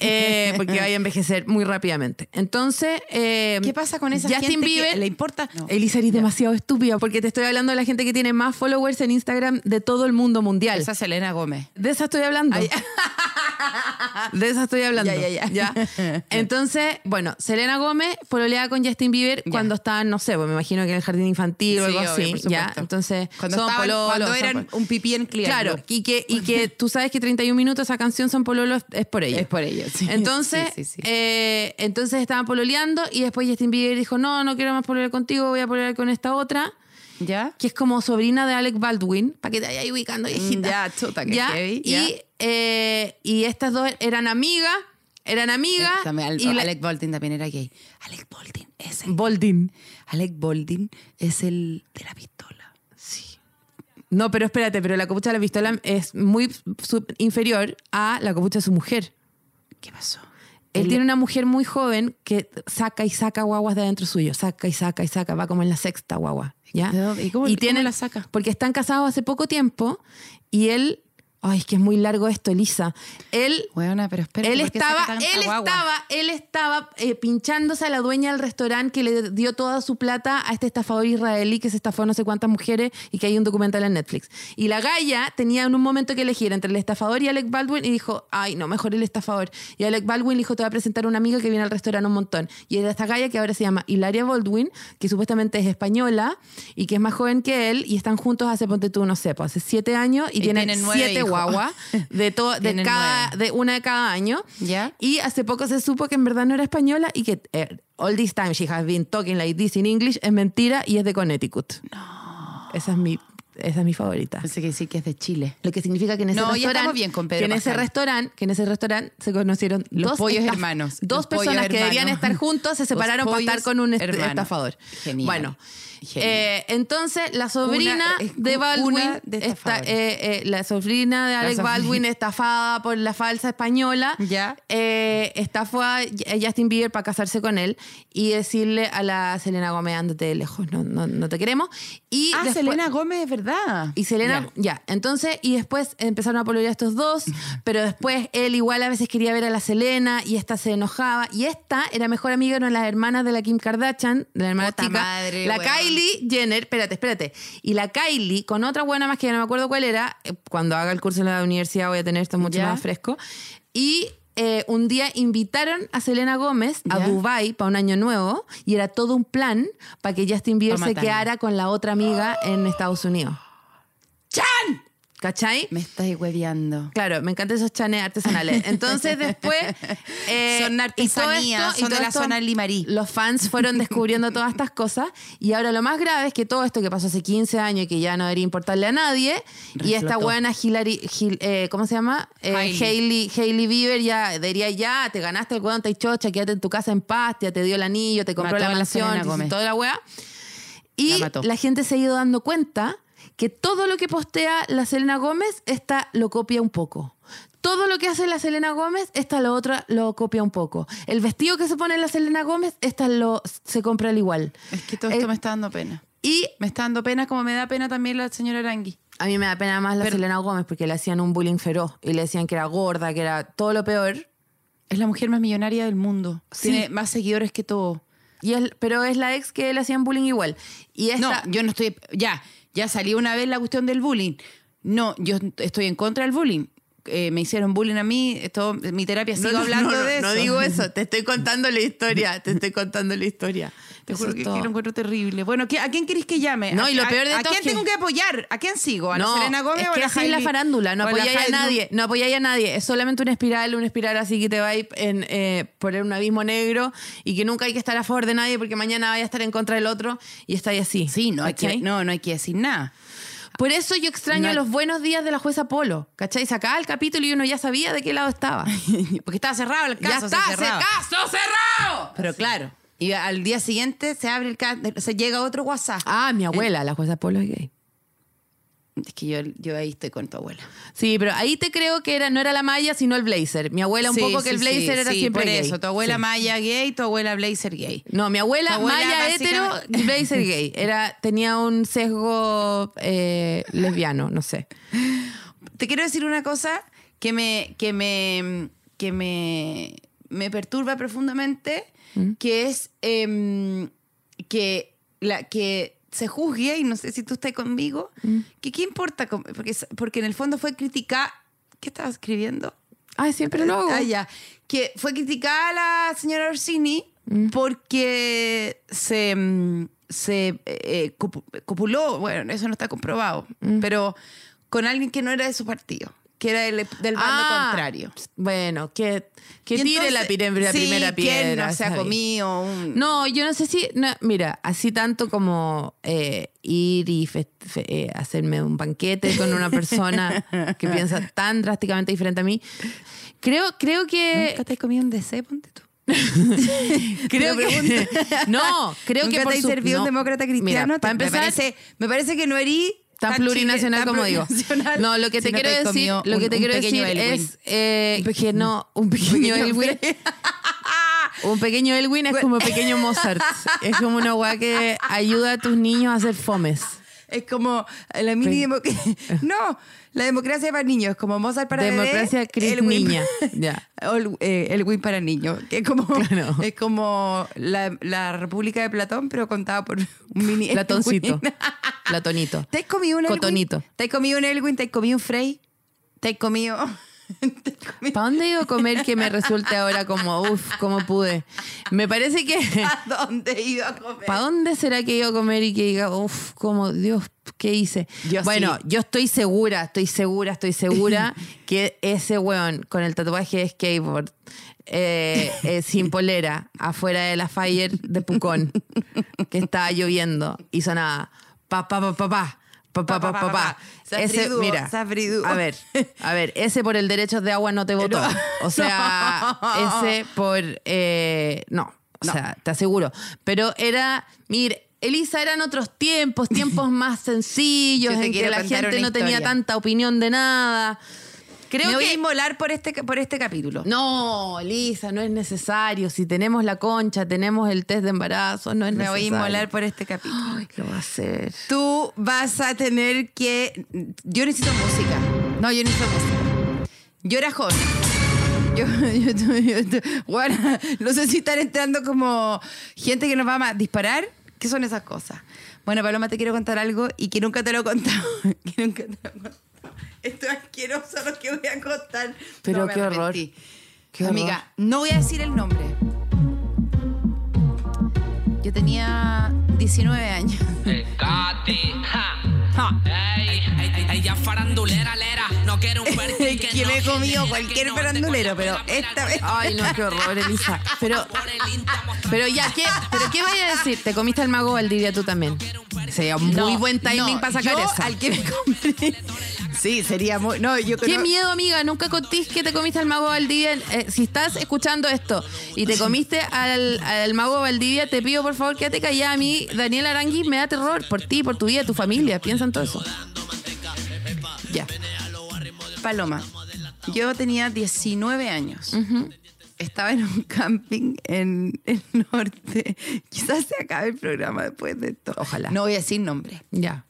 Speaker 4: Eh, porque vaya a envejecer muy rápidamente. Entonces, eh,
Speaker 3: ¿Qué pasa con esa
Speaker 4: Justin
Speaker 3: gente
Speaker 4: Bieber,
Speaker 3: que le importa? No.
Speaker 4: Elisa, eres demasiado estúpida, porque te estoy hablando de la gente que tiene más followers en Instagram de todo el mundo mundial.
Speaker 3: Esa Selena Gómez.
Speaker 4: De esa estoy hablando. De esa estoy hablando.
Speaker 3: Ya, ya, ya.
Speaker 4: Entonces, bueno, Selena Gómez pololeaba con Justin Bieber
Speaker 3: Ya.
Speaker 4: cuando estaban, no sé, pues me imagino que en el jardín infantil o
Speaker 3: Sí,
Speaker 4: algo
Speaker 3: obvio,
Speaker 4: así.
Speaker 3: por supuesto.
Speaker 4: ya, entonces,
Speaker 3: Cuando,
Speaker 4: son
Speaker 3: estaban-
Speaker 4: pololos,
Speaker 3: cuando
Speaker 4: son
Speaker 3: eran
Speaker 4: pololos.
Speaker 3: un pipí en Clear
Speaker 4: Claro,
Speaker 3: Blue.
Speaker 4: y que, y que tú sabes que 31 minutos esa canción son pololo es- es por ella.
Speaker 3: Es por ellos. sí.
Speaker 4: Entonces,
Speaker 3: Sí, sí, sí.
Speaker 4: eh, entonces estaban pololeando y después Justin Bieber dijo, no, no quiero más pololear contigo, voy a pololear con esta otra,
Speaker 3: ¿Ya?
Speaker 4: que es como sobrina de Alec Baldwin, para que te vayas ubicando, viejita.
Speaker 3: Ya, chuta, que
Speaker 4: Ya,
Speaker 3: heavy,
Speaker 4: Y,
Speaker 3: ya.
Speaker 4: eh, y estas dos eran amigas, eran amigas.
Speaker 3: Eh, también Al-
Speaker 4: y la-
Speaker 3: Alec Baldwin también era gay. Alec Baldwin es el,
Speaker 4: Boldin.
Speaker 3: Alec Baldwin es el de la pistola.
Speaker 4: No, pero espérate, pero la copucha de la pistola es muy sub- inferior a la copucha de su mujer.
Speaker 3: ¿Qué pasó?
Speaker 4: Él tiene una mujer muy joven que saca y saca guaguas de adentro suyo, saca y saca y saca, va como en la sexta guagua, ¿ya?
Speaker 3: ¿De dónde? ¿Y cómo- cómo la saca?
Speaker 4: Porque están casados hace poco tiempo y él, ay, es que es muy largo esto, Elisa. Él
Speaker 3: Buena, pero espera.
Speaker 4: él estaba, él estaba, él estaba eh, pinchándose a la dueña del restaurante que le dio toda su plata a este estafador israelí que se estafó a no sé cuántas mujeres y que hay un documental en Netflix. Y la galla tenía en un momento que elegir entre el estafador y Alec Baldwin y dijo, ay no, mejor el estafador. Y Alec Baldwin le dijo, te voy a presentar a una amiga que viene al restaurante un montón. Y era esta galla que ahora se llama Hilaria Baldwin, que supuestamente es española y que es más joven que él y están juntos hace, ponte tú, no sé, pues, hace siete años y,
Speaker 3: Y
Speaker 4: tienen,
Speaker 3: tienen nueve
Speaker 4: siete
Speaker 3: hijos.
Speaker 4: guaguas de, todo de
Speaker 3: Tienen
Speaker 4: cada,
Speaker 3: nueve.
Speaker 4: de una de cada año.
Speaker 3: ¿Ya?
Speaker 4: Y hace poco se supo que en verdad no era española y que eh, all this time she has been talking like this in English es mentira y es de Connecticut. Esa es mi, esa es mi favorita.
Speaker 3: Pensé que sí que es de Chile.
Speaker 4: Pues, Lo que significa que en ese
Speaker 3: No, ya
Speaker 4: restaurante,
Speaker 3: estamos bien con Pedro
Speaker 4: que en ese
Speaker 3: Pascal.
Speaker 4: restaurante, que en ese restaurante se conocieron
Speaker 3: Los
Speaker 4: dos
Speaker 3: pollos
Speaker 4: estaf-
Speaker 3: hermanos,
Speaker 4: dos
Speaker 3: los pollos
Speaker 4: personas que deberían
Speaker 3: hermanos.
Speaker 4: estar juntos se
Speaker 3: Los
Speaker 4: separaron para
Speaker 3: pollos
Speaker 4: estar con un est-
Speaker 3: hermanos.
Speaker 4: estafador.
Speaker 3: Genial.
Speaker 4: Bueno,
Speaker 3: Genial.
Speaker 4: Eh, entonces, la sobrina
Speaker 3: Una- es
Speaker 4: de Baldwin,
Speaker 3: una de
Speaker 4: está,
Speaker 3: estafadores.
Speaker 4: eh, eh, la sobrina de Alec
Speaker 3: sobrina.
Speaker 4: Baldwin estafada por la falsa española,
Speaker 3: Ya.
Speaker 4: eh, estafó a Justin Bieber para casarse con él y decirle a la Selena Gómez, ándate lejos, no, no, no te queremos. Y
Speaker 3: ah,
Speaker 4: después-
Speaker 3: Selena Gómez, es verdad.
Speaker 4: y Selena, ya. Entonces, y después empezaron a pololear estos dos, pero después él igual a veces quería ver a la Selena y esta se enojaba. Y esta era mejor amiga de una de las hermanas de la Kim Kardashian, de la hermana
Speaker 3: Puta
Speaker 4: chica.
Speaker 3: madre,
Speaker 4: la
Speaker 3: weón.
Speaker 4: Kylie Jenner, espérate, espérate. Y la Kylie, con otra buena más que ya no me acuerdo cuál era, eh, cuando haga el curso en la universidad voy a tener esto mucho
Speaker 3: Ya.
Speaker 4: más fresco. Y. eh, un día invitaron a Selena Gómez a
Speaker 3: Ya.
Speaker 4: Dubai para un año nuevo y era todo un plan para que Justin Bieber
Speaker 3: Pa'
Speaker 4: se
Speaker 3: matarla.
Speaker 4: quedara con la otra amiga en Estados Unidos.
Speaker 3: ¡Chan!
Speaker 4: ¿Cachai?
Speaker 3: Me estás hueveando.
Speaker 4: Claro, me encantan esos chanes artesanales. Entonces después... eh,
Speaker 3: Son artesanía,
Speaker 4: y todo esto- y
Speaker 3: son de
Speaker 4: todo
Speaker 3: la
Speaker 4: esto,
Speaker 3: zona Limarí.
Speaker 4: Los fans fueron descubriendo todas estas cosas y ahora lo más grave es que todo esto que pasó hace 15 años y que ya no debería importarle a nadie y esta
Speaker 3: Reflotó.
Speaker 4: buena Hillary... Hil- eh, ¿Cómo se llama? Eh,
Speaker 3: Hailey.
Speaker 4: Hailey, Hailey Bieber ya diría ya, te ganaste el hueón, te chocha, quédate en tu casa en paz, ya te dio el anillo, te compró
Speaker 3: Mató a
Speaker 4: la
Speaker 3: la Selena
Speaker 4: mansión, te hizo
Speaker 3: Gómez.
Speaker 4: toda la weá. Y
Speaker 3: La
Speaker 4: la,
Speaker 3: mató.
Speaker 4: gente se ha ido dando cuenta que todo lo que postea la Selena Gómez, esta lo copia un poco. Todo lo que hace la Selena Gómez, esta lo otra lo copia un poco. El vestido que se pone la Selena Gómez, esta lo se compra al igual.
Speaker 3: Es que todo esto
Speaker 4: Eh,
Speaker 3: me está dando pena.
Speaker 4: Y
Speaker 3: Me está dando pena como me da pena también la señora Arangui.
Speaker 4: a mí me da pena más la
Speaker 3: Pero-
Speaker 4: Selena Gómez porque le hacían un bullying feroz y le decían que era gorda, que era todo lo peor.
Speaker 3: Es la mujer más millonaria del mundo.
Speaker 4: Sí.
Speaker 3: Tiene más seguidores que todo.
Speaker 4: Y es- pero es la ex que le hacían bullying igual. Y esta,
Speaker 3: No, yo no estoy. Ya, ya salió una vez la cuestión del bullying. No, yo estoy en contra del bullying. Eh, me hicieron bullying a mí. Esto, mi terapia sigo
Speaker 4: No, no,
Speaker 3: hablando
Speaker 4: no, no,
Speaker 3: de eso.
Speaker 4: No digo eso, te estoy contando la historia, te estoy contando la historia.
Speaker 3: Te juro que, que
Speaker 4: quiero
Speaker 3: lo encuentro terrible. Bueno, ¿qué- ¿a quién queréis que llame?
Speaker 4: No,
Speaker 3: ¿A-
Speaker 4: y lo
Speaker 3: a-
Speaker 4: peor de
Speaker 3: ¿A
Speaker 4: todo
Speaker 3: quién
Speaker 4: es que-
Speaker 3: tengo que apoyar? ¿A quién sigo? ¿A la
Speaker 4: no,
Speaker 3: Selena Gómez
Speaker 4: es
Speaker 3: o a
Speaker 4: que
Speaker 3: la
Speaker 4: así es la
Speaker 3: Hailey?
Speaker 4: farándula, no
Speaker 3: ¿O la
Speaker 4: apoyáis a
Speaker 3: Hailey?
Speaker 4: nadie, no apoyáis a nadie, es solamente una espiral, una espiral así que te va a ir en, eh, por un abismo negro y que nunca hay que estar a favor de nadie porque mañana vaya a estar en contra del otro y estáis así.
Speaker 3: Sí, no hay, que,
Speaker 4: ¿cachai?
Speaker 3: no, no hay que decir nada.
Speaker 4: Por eso yo extraño
Speaker 3: No hay-
Speaker 4: los buenos días de la jueza Polo, ¿cachai? Sacaba el capítulo y uno ya sabía de qué lado estaba.
Speaker 3: Porque estaba cerrado el
Speaker 4: ya
Speaker 3: caso.
Speaker 4: está,
Speaker 3: se
Speaker 4: se
Speaker 3: cerraba.
Speaker 4: caso cerrado.
Speaker 3: Pero claro. Y al día siguiente se abre el caso, se llega otro WhatsApp.
Speaker 4: Ah, mi abuela,
Speaker 3: Eh.
Speaker 4: la jueza Polo es gay.
Speaker 3: Es que yo, yo ahí estoy con tu abuela.
Speaker 4: Sí, pero ahí te creo que era, no era la malla, sino el blazer. Mi abuela un
Speaker 3: Sí,
Speaker 4: poco que
Speaker 3: sí,
Speaker 4: el blazer
Speaker 3: sí,
Speaker 4: era
Speaker 3: sí,
Speaker 4: siempre
Speaker 3: por
Speaker 4: gay.
Speaker 3: eso. Tu abuela
Speaker 4: Sí.
Speaker 3: Maya gay, tu abuela Blazer gay.
Speaker 4: No, mi abuela,
Speaker 3: Tu abuela
Speaker 4: malla hetero,
Speaker 3: básicamente-
Speaker 4: blazer gay. Era, tenía un sesgo eh, lesbiano, no sé.
Speaker 3: Te quiero decir una cosa que me, que me, que me, me perturba profundamente, que es em, que, la, que se juzgue, y no sé si tú estás conmigo, que qué importa, com- porque, es- porque en el fondo fue criticar... ¿Qué estaba escribiendo?
Speaker 4: Ay, siempre lo hago.
Speaker 3: Ah, ya. Que fue criticada la señora Orsini
Speaker 4: Mm.
Speaker 3: porque se, mm, se eh, copu- copuló, bueno, eso no está comprobado,
Speaker 4: Mm.
Speaker 3: pero con alguien que no era de su partido, que era del, del bando
Speaker 4: Ah,
Speaker 3: contrario.
Speaker 4: Bueno, que, que
Speaker 3: Y
Speaker 4: tire
Speaker 3: entonces-
Speaker 4: la, pire- la
Speaker 3: sí,
Speaker 4: primera
Speaker 3: ¿quién
Speaker 4: piedra.
Speaker 3: no se
Speaker 4: está
Speaker 3: ha
Speaker 4: bien.
Speaker 3: comido un...
Speaker 4: No, yo no sé si. no, mira, así tanto como eh, ir y fest- fe- eh, hacerme un banquete con una persona que piensa tan drásticamente diferente a mí. Creo, creo que.
Speaker 3: ¿Nunca te has comido un DC, ponte tú?
Speaker 4: creo
Speaker 3: Te lo
Speaker 4: que. No, creo que
Speaker 3: ¿Nunca
Speaker 4: por
Speaker 3: te has
Speaker 4: su-
Speaker 3: servido
Speaker 4: no.
Speaker 3: un demócrata
Speaker 4: Mira,
Speaker 3: cristiano? Te-
Speaker 4: para
Speaker 3: me,
Speaker 4: empezar,
Speaker 3: parece, me parece que no herí...
Speaker 4: tan plurinacional
Speaker 3: chile- tan
Speaker 4: como digo.
Speaker 3: plurinacional
Speaker 4: No, lo que te
Speaker 3: si no
Speaker 4: quiero
Speaker 3: has
Speaker 4: decir,
Speaker 3: comido
Speaker 4: lo que
Speaker 3: un-
Speaker 4: te
Speaker 3: un
Speaker 4: quiero decir
Speaker 3: pequeño Elwin.
Speaker 4: es eh, que no, un pequeño
Speaker 3: pequeño
Speaker 4: Elwin. Un pequeño Elwin
Speaker 3: Pues
Speaker 4: es como pequeño Mozart. Es como una weá que ayuda a tus niños a hacer fomes.
Speaker 3: Es como la mini democracia. No, la democracia para niños, es como Mozart para bebé,
Speaker 4: Democracia Cris
Speaker 3: el Win-
Speaker 4: Niña. Ya.
Speaker 3: o El, eh, el Win para niños, que es como,
Speaker 4: Claro.
Speaker 3: es como la, la República de Platón, pero contada por un mini Elwin.
Speaker 4: Platoncito. Platonito.
Speaker 3: ¿Te has comido un Elwin?
Speaker 4: Cotonito.
Speaker 3: ¿Te has comido un Elwin? ¿Te has comido un Frey? ¿Te has comido...? te has comido-
Speaker 4: ¿Para dónde iba a comer que me resulte ahora como, uff, cómo pude? Me parece que.
Speaker 3: ¿A dónde iba a comer?
Speaker 4: ¿Para dónde será que iba a comer y que diga, uff, como Dios, ¿qué hice?
Speaker 3: Yo
Speaker 4: bueno,
Speaker 3: sí.
Speaker 4: yo estoy segura, estoy segura, estoy segura que ese weón con el tatuaje de skateboard, eh, eh, sin polera, afuera de la fire de Pucón, que estaba lloviendo y sonaba pa pa pa pa pa. Pa, pa, pa, pa, pa. Ese,
Speaker 3: Safriduo,
Speaker 4: mira,
Speaker 3: safriduo.
Speaker 4: a ver, a ver, ese por el derecho de agua no te votó.
Speaker 3: No.
Speaker 4: O sea,
Speaker 3: No.
Speaker 4: ese por. eh, no, o sea, te aseguro. Pero era. Mire, Elisa, eran otros tiempos, tiempos más sencillos,
Speaker 3: Yo te
Speaker 4: en que
Speaker 3: quiero
Speaker 4: la
Speaker 3: contar
Speaker 4: gente
Speaker 3: una
Speaker 4: no tenía
Speaker 3: historia.
Speaker 4: tanta opinión de nada. Creo
Speaker 3: Me voy
Speaker 4: que.
Speaker 3: a inmolar por este, por este capítulo.
Speaker 4: No, Elisa, no es necesario. Si tenemos la concha, tenemos el test de embarazo, no es
Speaker 3: Me
Speaker 4: necesario.
Speaker 3: voy a inmolar por este capítulo.
Speaker 4: Ay, lo va a hacer.
Speaker 3: Tú vas a tener que. Yo necesito música. No, yo necesito música. Yo era joven. Yo, yo, yo- yo- yo- Guara, no sé si están entrando como gente que nos va a ma- disparar. ¿Qué son esas cosas? Bueno, Paloma, te quiero contar algo y que nunca te lo he contado. Que nunca te lo he contado. Esto es asqueroso lo que voy a contar.
Speaker 4: Pero
Speaker 3: me
Speaker 4: qué horror.
Speaker 3: arrepentí.
Speaker 4: Qué
Speaker 3: Amiga, no voy a decir el nombre. Yo tenía 19 años.
Speaker 5: Cati, ja.
Speaker 3: Ja.
Speaker 5: Ey, ey, ey, ella farandulera, lera. No quiero un perfil
Speaker 3: que
Speaker 5: que, no
Speaker 3: me he
Speaker 5: genere,
Speaker 3: comido
Speaker 5: que
Speaker 3: cualquier
Speaker 5: no
Speaker 3: farandulero,
Speaker 5: te
Speaker 3: pero
Speaker 5: pueda mirar
Speaker 3: esta
Speaker 5: por
Speaker 3: vez.
Speaker 4: Ay, no, qué horror, Elisa. Pero,
Speaker 5: el Insta mostrando
Speaker 4: pero ya, ¿qué, pero ¿qué vaya a decir? Te comiste al mago Valdivia tú también. Sería muy
Speaker 3: No,
Speaker 4: buen timing
Speaker 3: no,
Speaker 4: para sacar
Speaker 3: yo
Speaker 4: esa.
Speaker 3: al que me compré. Sí, sería muy. No, yo
Speaker 4: Qué
Speaker 3: creo.
Speaker 4: miedo, amiga. Nunca contís que te comiste al mago Valdivia. Eh, si estás escuchando esto y te comiste al, al mago Valdivia, te pido por favor quédate callada. A mí, Daniel Aranguis, me da terror por ti, por tu vida, tu familia. Piensa en todo eso. Ya.
Speaker 3: Paloma. Yo tenía 19 años. Estaba en un camping en el norte. Quizás se acabe el programa después de esto.
Speaker 4: Ojalá.
Speaker 3: No voy a decir nombre.
Speaker 4: Ya.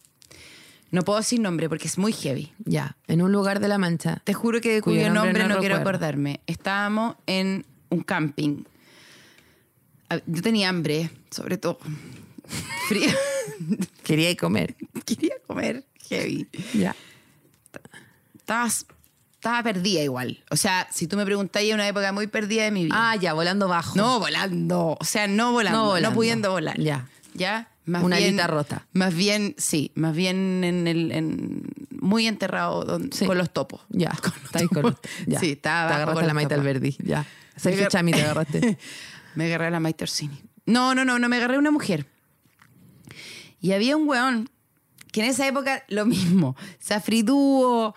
Speaker 3: No puedo decir nombre porque es muy heavy.
Speaker 4: Ya. En un lugar de la mancha.
Speaker 3: Te juro que de
Speaker 4: Cuyo
Speaker 3: cuyo, nombre,
Speaker 4: nombre no
Speaker 3: no, quiero
Speaker 4: recuerdo.
Speaker 3: acordarme. Estábamos en un camping. A- Yo tenía hambre, sobre todo. Frío.
Speaker 4: Quería ir comer.
Speaker 3: Quería comer heavy.
Speaker 4: Ya.
Speaker 3: Estaba, estaba perdida igual. O sea, si tú me preguntáis, es una época muy perdida de mi vida.
Speaker 4: Ah, ya, volando bajo.
Speaker 3: No volando. O sea, no volando.
Speaker 4: No
Speaker 3: No,
Speaker 4: volando.
Speaker 3: pudiendo volar.
Speaker 4: Ya.
Speaker 3: ¿Ya? Más
Speaker 4: Una
Speaker 3: bien-
Speaker 4: alita rota.
Speaker 3: Más bien, sí. Más bien en el, en- muy enterrado don-
Speaker 4: Sí.
Speaker 3: con los topos.
Speaker 4: Ya. Está ahí con- ya.
Speaker 3: Sí, estaba
Speaker 4: Te
Speaker 3: abajo
Speaker 4: agarraste
Speaker 3: con
Speaker 4: la
Speaker 3: los
Speaker 4: maita al
Speaker 3: tapas.
Speaker 4: verdi. Ya. Sergio
Speaker 3: Oiga-
Speaker 4: Chami te agarraste.
Speaker 3: Me agarré a la Maite Orsini. No, no, no, no, me agarré a una mujer. Y había un weón que en esa época lo mismo. Safridúo,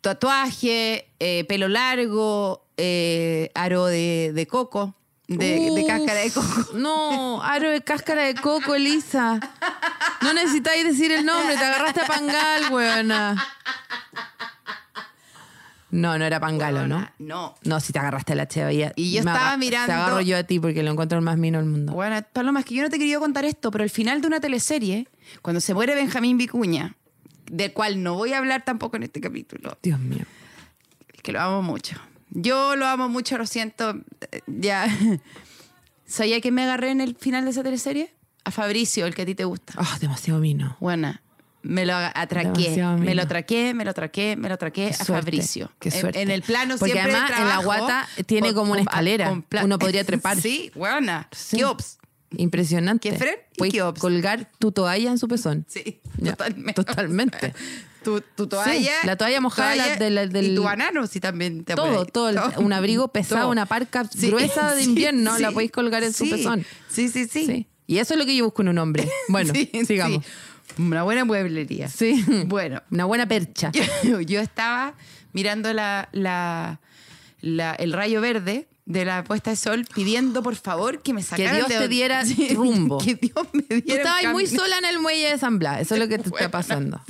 Speaker 3: tatuaje, eh, pelo largo, eh, aro de, de coco, de, de
Speaker 4: Uf,
Speaker 3: cáscara de coco.
Speaker 4: No, aro de cáscara de coco, Elisa. No necesitáis decir el nombre, te agarraste a Pangal, weona. No, no era Pangalo, ¿no?
Speaker 3: No.
Speaker 4: No, si te agarraste a la cheva.
Speaker 3: Y yo
Speaker 4: me
Speaker 3: estaba
Speaker 4: aga-
Speaker 3: mirando-
Speaker 4: Te agarro yo a ti porque lo encuentro el más mino del mundo.
Speaker 3: Bueno, Paloma, es que yo no te quería contar esto, pero al final de una teleserie, cuando se muere Benjamín Vicuña, del cual no voy a hablar tampoco en este capítulo,
Speaker 4: Dios mío.
Speaker 3: que lo amo mucho. Yo lo amo mucho, lo siento. eh, Ya. ¿Sabía que me agarré en el final de esa teleserie? A Fabricio, el que a ti te gusta.
Speaker 4: Ah, demasiado mino.
Speaker 3: Buena. Me lo aga- atraqué.
Speaker 4: Demasiado
Speaker 3: Me lo
Speaker 4: amigo.
Speaker 3: atraqué, me lo atraqué, me lo atraqué
Speaker 4: Qué
Speaker 3: a
Speaker 4: suerte,
Speaker 3: Fabricio.
Speaker 4: qué
Speaker 3: En-
Speaker 4: suerte.
Speaker 3: En, el plano
Speaker 4: Porque
Speaker 3: siempre de
Speaker 4: además en la
Speaker 3: trabajo,
Speaker 4: guata tiene como una escalera, uno podría trepar.
Speaker 3: Sí, buena.
Speaker 4: Sí.
Speaker 3: Qué ops.
Speaker 4: Impresionante.
Speaker 3: Qué fren y
Speaker 4: Puedes
Speaker 3: qué obs.
Speaker 4: colgar tu toalla en su pezón.
Speaker 3: Sí,
Speaker 4: Ya,
Speaker 3: totalmente.
Speaker 4: totalmente.
Speaker 3: Tu, tu toalla.
Speaker 4: Sí, la toalla mojada de la-
Speaker 3: toalla
Speaker 4: de la- del-
Speaker 3: Y tu banano, sí, también te
Speaker 4: Todo,
Speaker 3: apuráis.
Speaker 4: todo, el- un abrigo pesado,
Speaker 3: Todo.
Speaker 4: una parca
Speaker 3: Sí,
Speaker 4: gruesa de
Speaker 3: sí,
Speaker 4: invierno, la
Speaker 3: sí,
Speaker 4: podéis colgar en
Speaker 3: sí,
Speaker 4: su pezón.
Speaker 3: Sí, sí, sí.
Speaker 4: Sí. Y eso es lo que yo busco en un hombre. Bueno,
Speaker 3: Sí,
Speaker 4: sigamos.
Speaker 3: sí. Una buena mueblería.
Speaker 4: Sí.
Speaker 3: Bueno,
Speaker 4: Una buena percha.
Speaker 3: yo, yo estaba mirando la, la- la- el rayo verde de la puesta de sol pidiendo por favor que me sacaran
Speaker 4: Dios
Speaker 3: de
Speaker 4: te
Speaker 3: donde-
Speaker 4: diera rumbo.
Speaker 3: que Dios me diera
Speaker 4: Tú
Speaker 3: un
Speaker 4: estabas muy
Speaker 3: camino.
Speaker 4: sola en el muelle de San Blas. Eso es lo que te está pasando.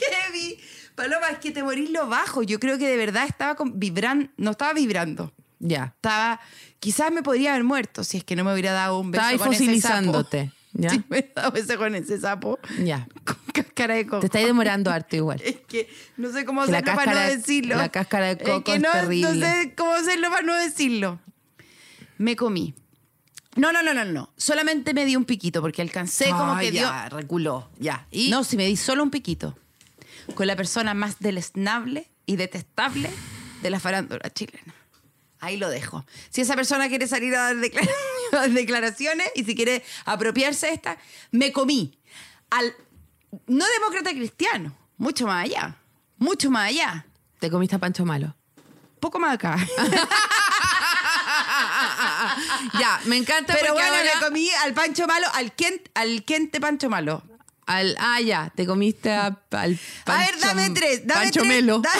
Speaker 3: heavy. Paloma, es que te morís lo bajo. Yo creo que de verdad estaba con, vibran, no estaba vibrando.
Speaker 4: Ya.
Speaker 3: Estaba, quizás me podría haber muerto si es que no me hubiera dado un beso
Speaker 4: Estaba ahí
Speaker 3: con ese
Speaker 4: fosilizándote.
Speaker 3: sapo.
Speaker 4: ¿Ya?
Speaker 3: Sí, me hubiera dado beso con ese sapo.
Speaker 4: Ya.
Speaker 3: Con cáscara de coco.
Speaker 4: Te estáis demorando harto igual.
Speaker 3: Es que no sé cómo
Speaker 4: Que la
Speaker 3: hacerlo para no
Speaker 4: cáscara de-
Speaker 3: decirlo.
Speaker 4: la cáscara de coco es
Speaker 3: no,
Speaker 4: terrible.
Speaker 3: No sé cómo hacerlo para no decirlo. Me comí. No, no, no, no, no. Solamente me di un piquito porque alcancé como
Speaker 4: Ah,
Speaker 3: que dio.
Speaker 4: ya, reculó. Ya.
Speaker 3: Y- No, si me di solo un piquito. Con la persona más deleznable y detestable de la farándula chilena. Ahí lo dejo. Si esa persona quiere salir a dar decla- a dar declaraciones y si quiere apropiarse de esta, me comí al no demócrata cristiano, mucho más allá, mucho más allá,
Speaker 4: Te comiste a Pancho Malo.
Speaker 3: poco más acá.
Speaker 4: Ya, me encanta
Speaker 3: Pero
Speaker 4: porque
Speaker 3: bueno,
Speaker 4: ahora-
Speaker 3: le comí al Pancho Malo, al Kent, al Kente Pancho Malo.
Speaker 4: Al, ah, ya, te comiste a- al
Speaker 3: a ver, dame tres, dame
Speaker 4: Pancho
Speaker 3: tres.
Speaker 4: Melo.
Speaker 3: da-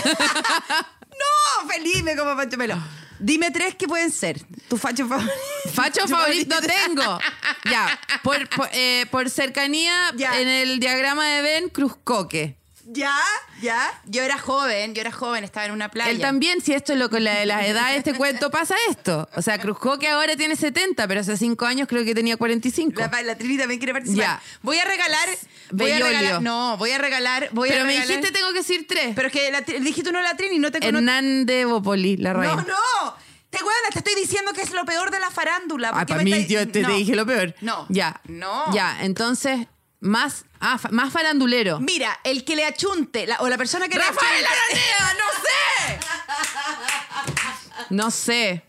Speaker 3: no, feliz me como Pancho Melo. Dime tres que pueden ser. Tu facho favorito.
Speaker 4: Facho favorito tengo. Ya, por, por, eh, por cercanía,
Speaker 3: Ya.
Speaker 4: en el diagrama de Ben, Cruzcoque.
Speaker 3: ¿Ya? ¿Ya? Yo era joven, yo era joven, estaba en una playa.
Speaker 4: Él también, si esto es lo con la de las edades, este cuento pasa esto. O sea, Cruzcoque ahora tiene 70, pero hace 5 años creo que tenía 45.
Speaker 3: La, la Trini también quiere participar.
Speaker 4: Ya.
Speaker 3: Voy a regalar. Voy a
Speaker 4: Bellolio.
Speaker 3: regalar. No, voy a regalar. Voy a
Speaker 4: pero me
Speaker 3: regalar-
Speaker 4: dijiste tengo que decir 3.
Speaker 3: Pero es que la, Tri- dijiste uno de la Trini, no te conozco.
Speaker 4: Hernán de Bopoli, la reina.
Speaker 3: No, no. Te huevona, te estoy diciendo que es lo peor de la farándula. ¿Por
Speaker 4: Ah,
Speaker 3: qué
Speaker 4: para
Speaker 3: me
Speaker 4: mí
Speaker 3: estáis-
Speaker 4: yo te, te
Speaker 3: No.
Speaker 4: dije lo peor.
Speaker 3: No.
Speaker 4: Ya.
Speaker 3: No.
Speaker 4: Ya, entonces, más, ah, fa- más farandulero.
Speaker 3: Mira, el que le achunte, la- o la persona que
Speaker 4: Rafael
Speaker 3: le achunte. ¡No sé!
Speaker 4: No sé.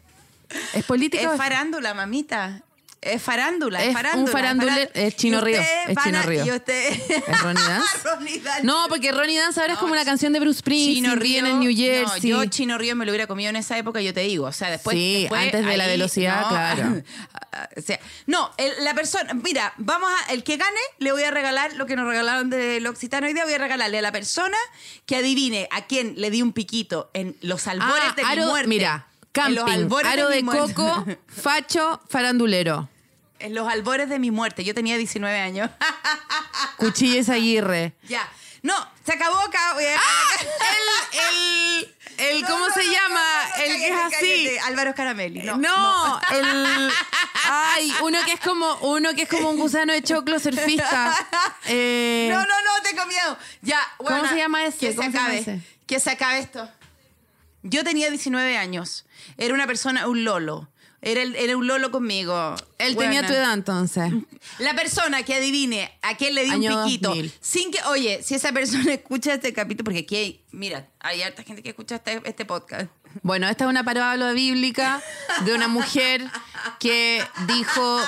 Speaker 4: ¿Es político?
Speaker 3: Es farándula, mamita. Es farándula, es,
Speaker 4: Es un
Speaker 3: farándula.
Speaker 4: farandulero,
Speaker 3: farán-
Speaker 4: es Chino
Speaker 3: Y ustedes
Speaker 4: Ríos, es
Speaker 3: van
Speaker 4: Chino
Speaker 3: a-
Speaker 4: Ríos.
Speaker 3: Y usted...
Speaker 4: ¿Es Ronnie Dance?
Speaker 3: Ronnie Dance.
Speaker 4: No, porque Ronnie Dance ahora es como una canción de Bruce Springsteen.
Speaker 3: Chino
Speaker 4: viene
Speaker 3: Río
Speaker 4: en New Jersey.
Speaker 3: No, yo Chino Río me lo hubiera comido en esa época, yo te digo. O sea, después.
Speaker 4: Sí,
Speaker 3: después,
Speaker 4: antes de la velocidad, claro.
Speaker 3: o sea, no, el- la persona. Mira, vamos a. El que gane, le voy a regalar lo que nos regalaron del Occitano hoy día. Voy a regalarle a la persona que adivine a quién le di un piquito en los albores
Speaker 4: Ah,
Speaker 3: de mi
Speaker 4: aro-
Speaker 3: muerte.
Speaker 4: Mira,
Speaker 3: En
Speaker 4: camping,
Speaker 3: los albores
Speaker 4: aro
Speaker 3: mi
Speaker 4: de,
Speaker 3: muerte.
Speaker 4: coco, facho, farandulero.
Speaker 3: En los albores de mi muerte. Yo tenía 19 años.
Speaker 4: Cuchillas Aguirre.
Speaker 3: ya. No, se acabó acá. voy a-
Speaker 4: El, ¡Ah! el, el
Speaker 3: No,
Speaker 4: ¿cómo
Speaker 3: no,
Speaker 4: se
Speaker 3: no,
Speaker 4: llama?
Speaker 3: no, no,
Speaker 4: el que es
Speaker 3: cállate,
Speaker 4: así.
Speaker 3: cállate. Álvaro Caramelli.
Speaker 4: No,
Speaker 3: No, no.
Speaker 4: el ay, uno que es como uno que es como un gusano de choclo surfista. Eh,
Speaker 3: No, no, no, tengo miedo. Ya,
Speaker 4: ¿Cómo
Speaker 3: weona,
Speaker 4: se llama ese?
Speaker 3: Que se
Speaker 4: ¿Cómo se llama este?
Speaker 3: acabe.
Speaker 4: ese?
Speaker 3: Que se acabe esto. Yo tenía 19 años. Era una persona, un lolo. Era, el- era un lolo conmigo.
Speaker 4: Él
Speaker 3: Weona.
Speaker 4: tenía tu edad entonces.
Speaker 3: La persona que adivine a quién le di
Speaker 4: Año
Speaker 3: un piquito.
Speaker 4: 2000.
Speaker 3: Sin que, oye, si esa persona escucha este capítulo, porque aquí hay, mira, hay harta gente que escucha este, este podcast.
Speaker 4: Bueno, esta es una parábola bíblica de una mujer que dijo,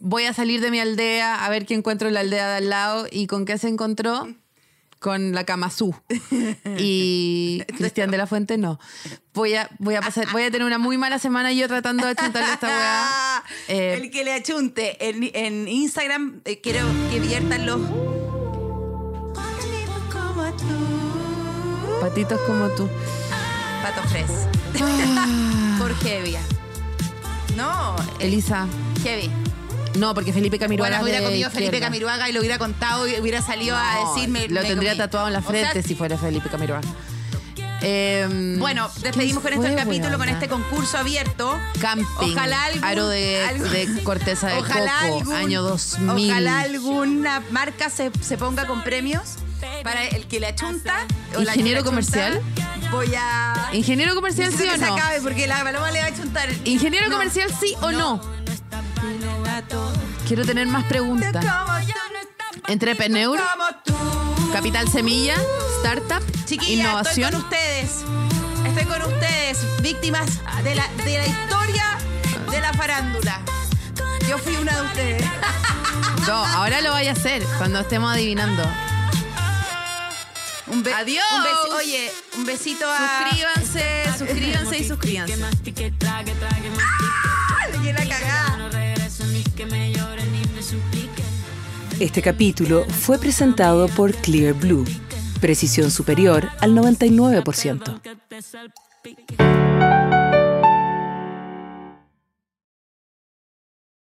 Speaker 4: voy a salir de mi aldea a ver qué encuentro en la aldea de al lado. ¿Y con qué se encontró? Con la Kamazú. Y Cristian de la Fuente no. Voy a, voy a, pasar, voy a tener una muy mala semana yo tratando de achuntarle esta weá. Eh,
Speaker 3: el que le achunte en, en Instagram, eh, quiero que viertan los. Conmigo como tú.
Speaker 4: patitos como tú.
Speaker 3: Pato Fres.
Speaker 4: Ah.
Speaker 3: Jorge Evia. No,
Speaker 4: Elisa.
Speaker 3: heavy.
Speaker 4: No, porque Felipe Camiruaga.
Speaker 3: Bueno,
Speaker 4: es
Speaker 3: hubiera
Speaker 4: de
Speaker 3: comido Felipe
Speaker 4: izquierda.
Speaker 3: Camiruaga y lo hubiera contado y hubiera salido a
Speaker 4: No,
Speaker 3: decirme.
Speaker 4: Lo
Speaker 3: me
Speaker 4: tendría
Speaker 3: comí.
Speaker 4: tatuado en la
Speaker 3: O sea,
Speaker 4: frente si fuera Felipe Camiruaga. Em,
Speaker 3: Bueno, despedimos con esto el
Speaker 4: fue,
Speaker 3: capítulo, con
Speaker 4: weona?
Speaker 3: este concurso abierto.
Speaker 4: Camping.
Speaker 3: Ojalá algún,
Speaker 4: Aro de,
Speaker 3: algún-
Speaker 4: de corteza de
Speaker 3: ojalá
Speaker 4: coco.
Speaker 3: algún-
Speaker 4: año 2000.
Speaker 3: Ojalá alguna marca se, se ponga con premios para el que le achunta. o la que
Speaker 4: ¿Ingeniero
Speaker 3: le achunta.
Speaker 4: comercial?
Speaker 3: Voy a.
Speaker 4: ¿Ingeniero comercial
Speaker 3: Necesito
Speaker 4: sí o
Speaker 3: que se
Speaker 4: no?
Speaker 3: acabe porque la paloma le va a chuntar.
Speaker 4: ¿Ingeniero comercial sí o no? Quiero tener más preguntas. Entrepreneur,
Speaker 3: Como tú.
Speaker 4: capital semilla, startup,
Speaker 3: Chiquilla,
Speaker 4: innovación.
Speaker 3: estoy con ustedes. Estoy con ustedes, víctimas de la, de la historia de la farándula. Yo fui una de ustedes.
Speaker 4: No, ahora lo vaya a hacer cuando estemos adivinando.
Speaker 3: Un be-
Speaker 4: Adiós.
Speaker 3: un besi- oye, un besito a.
Speaker 4: Suscríbanse, suscríbanse y suscríbanse.
Speaker 3: Le quedé la cagada.
Speaker 1: Este capítulo fue presentado por Clear Blue. Precisión superior al 99%.
Speaker 6: Que te salpique.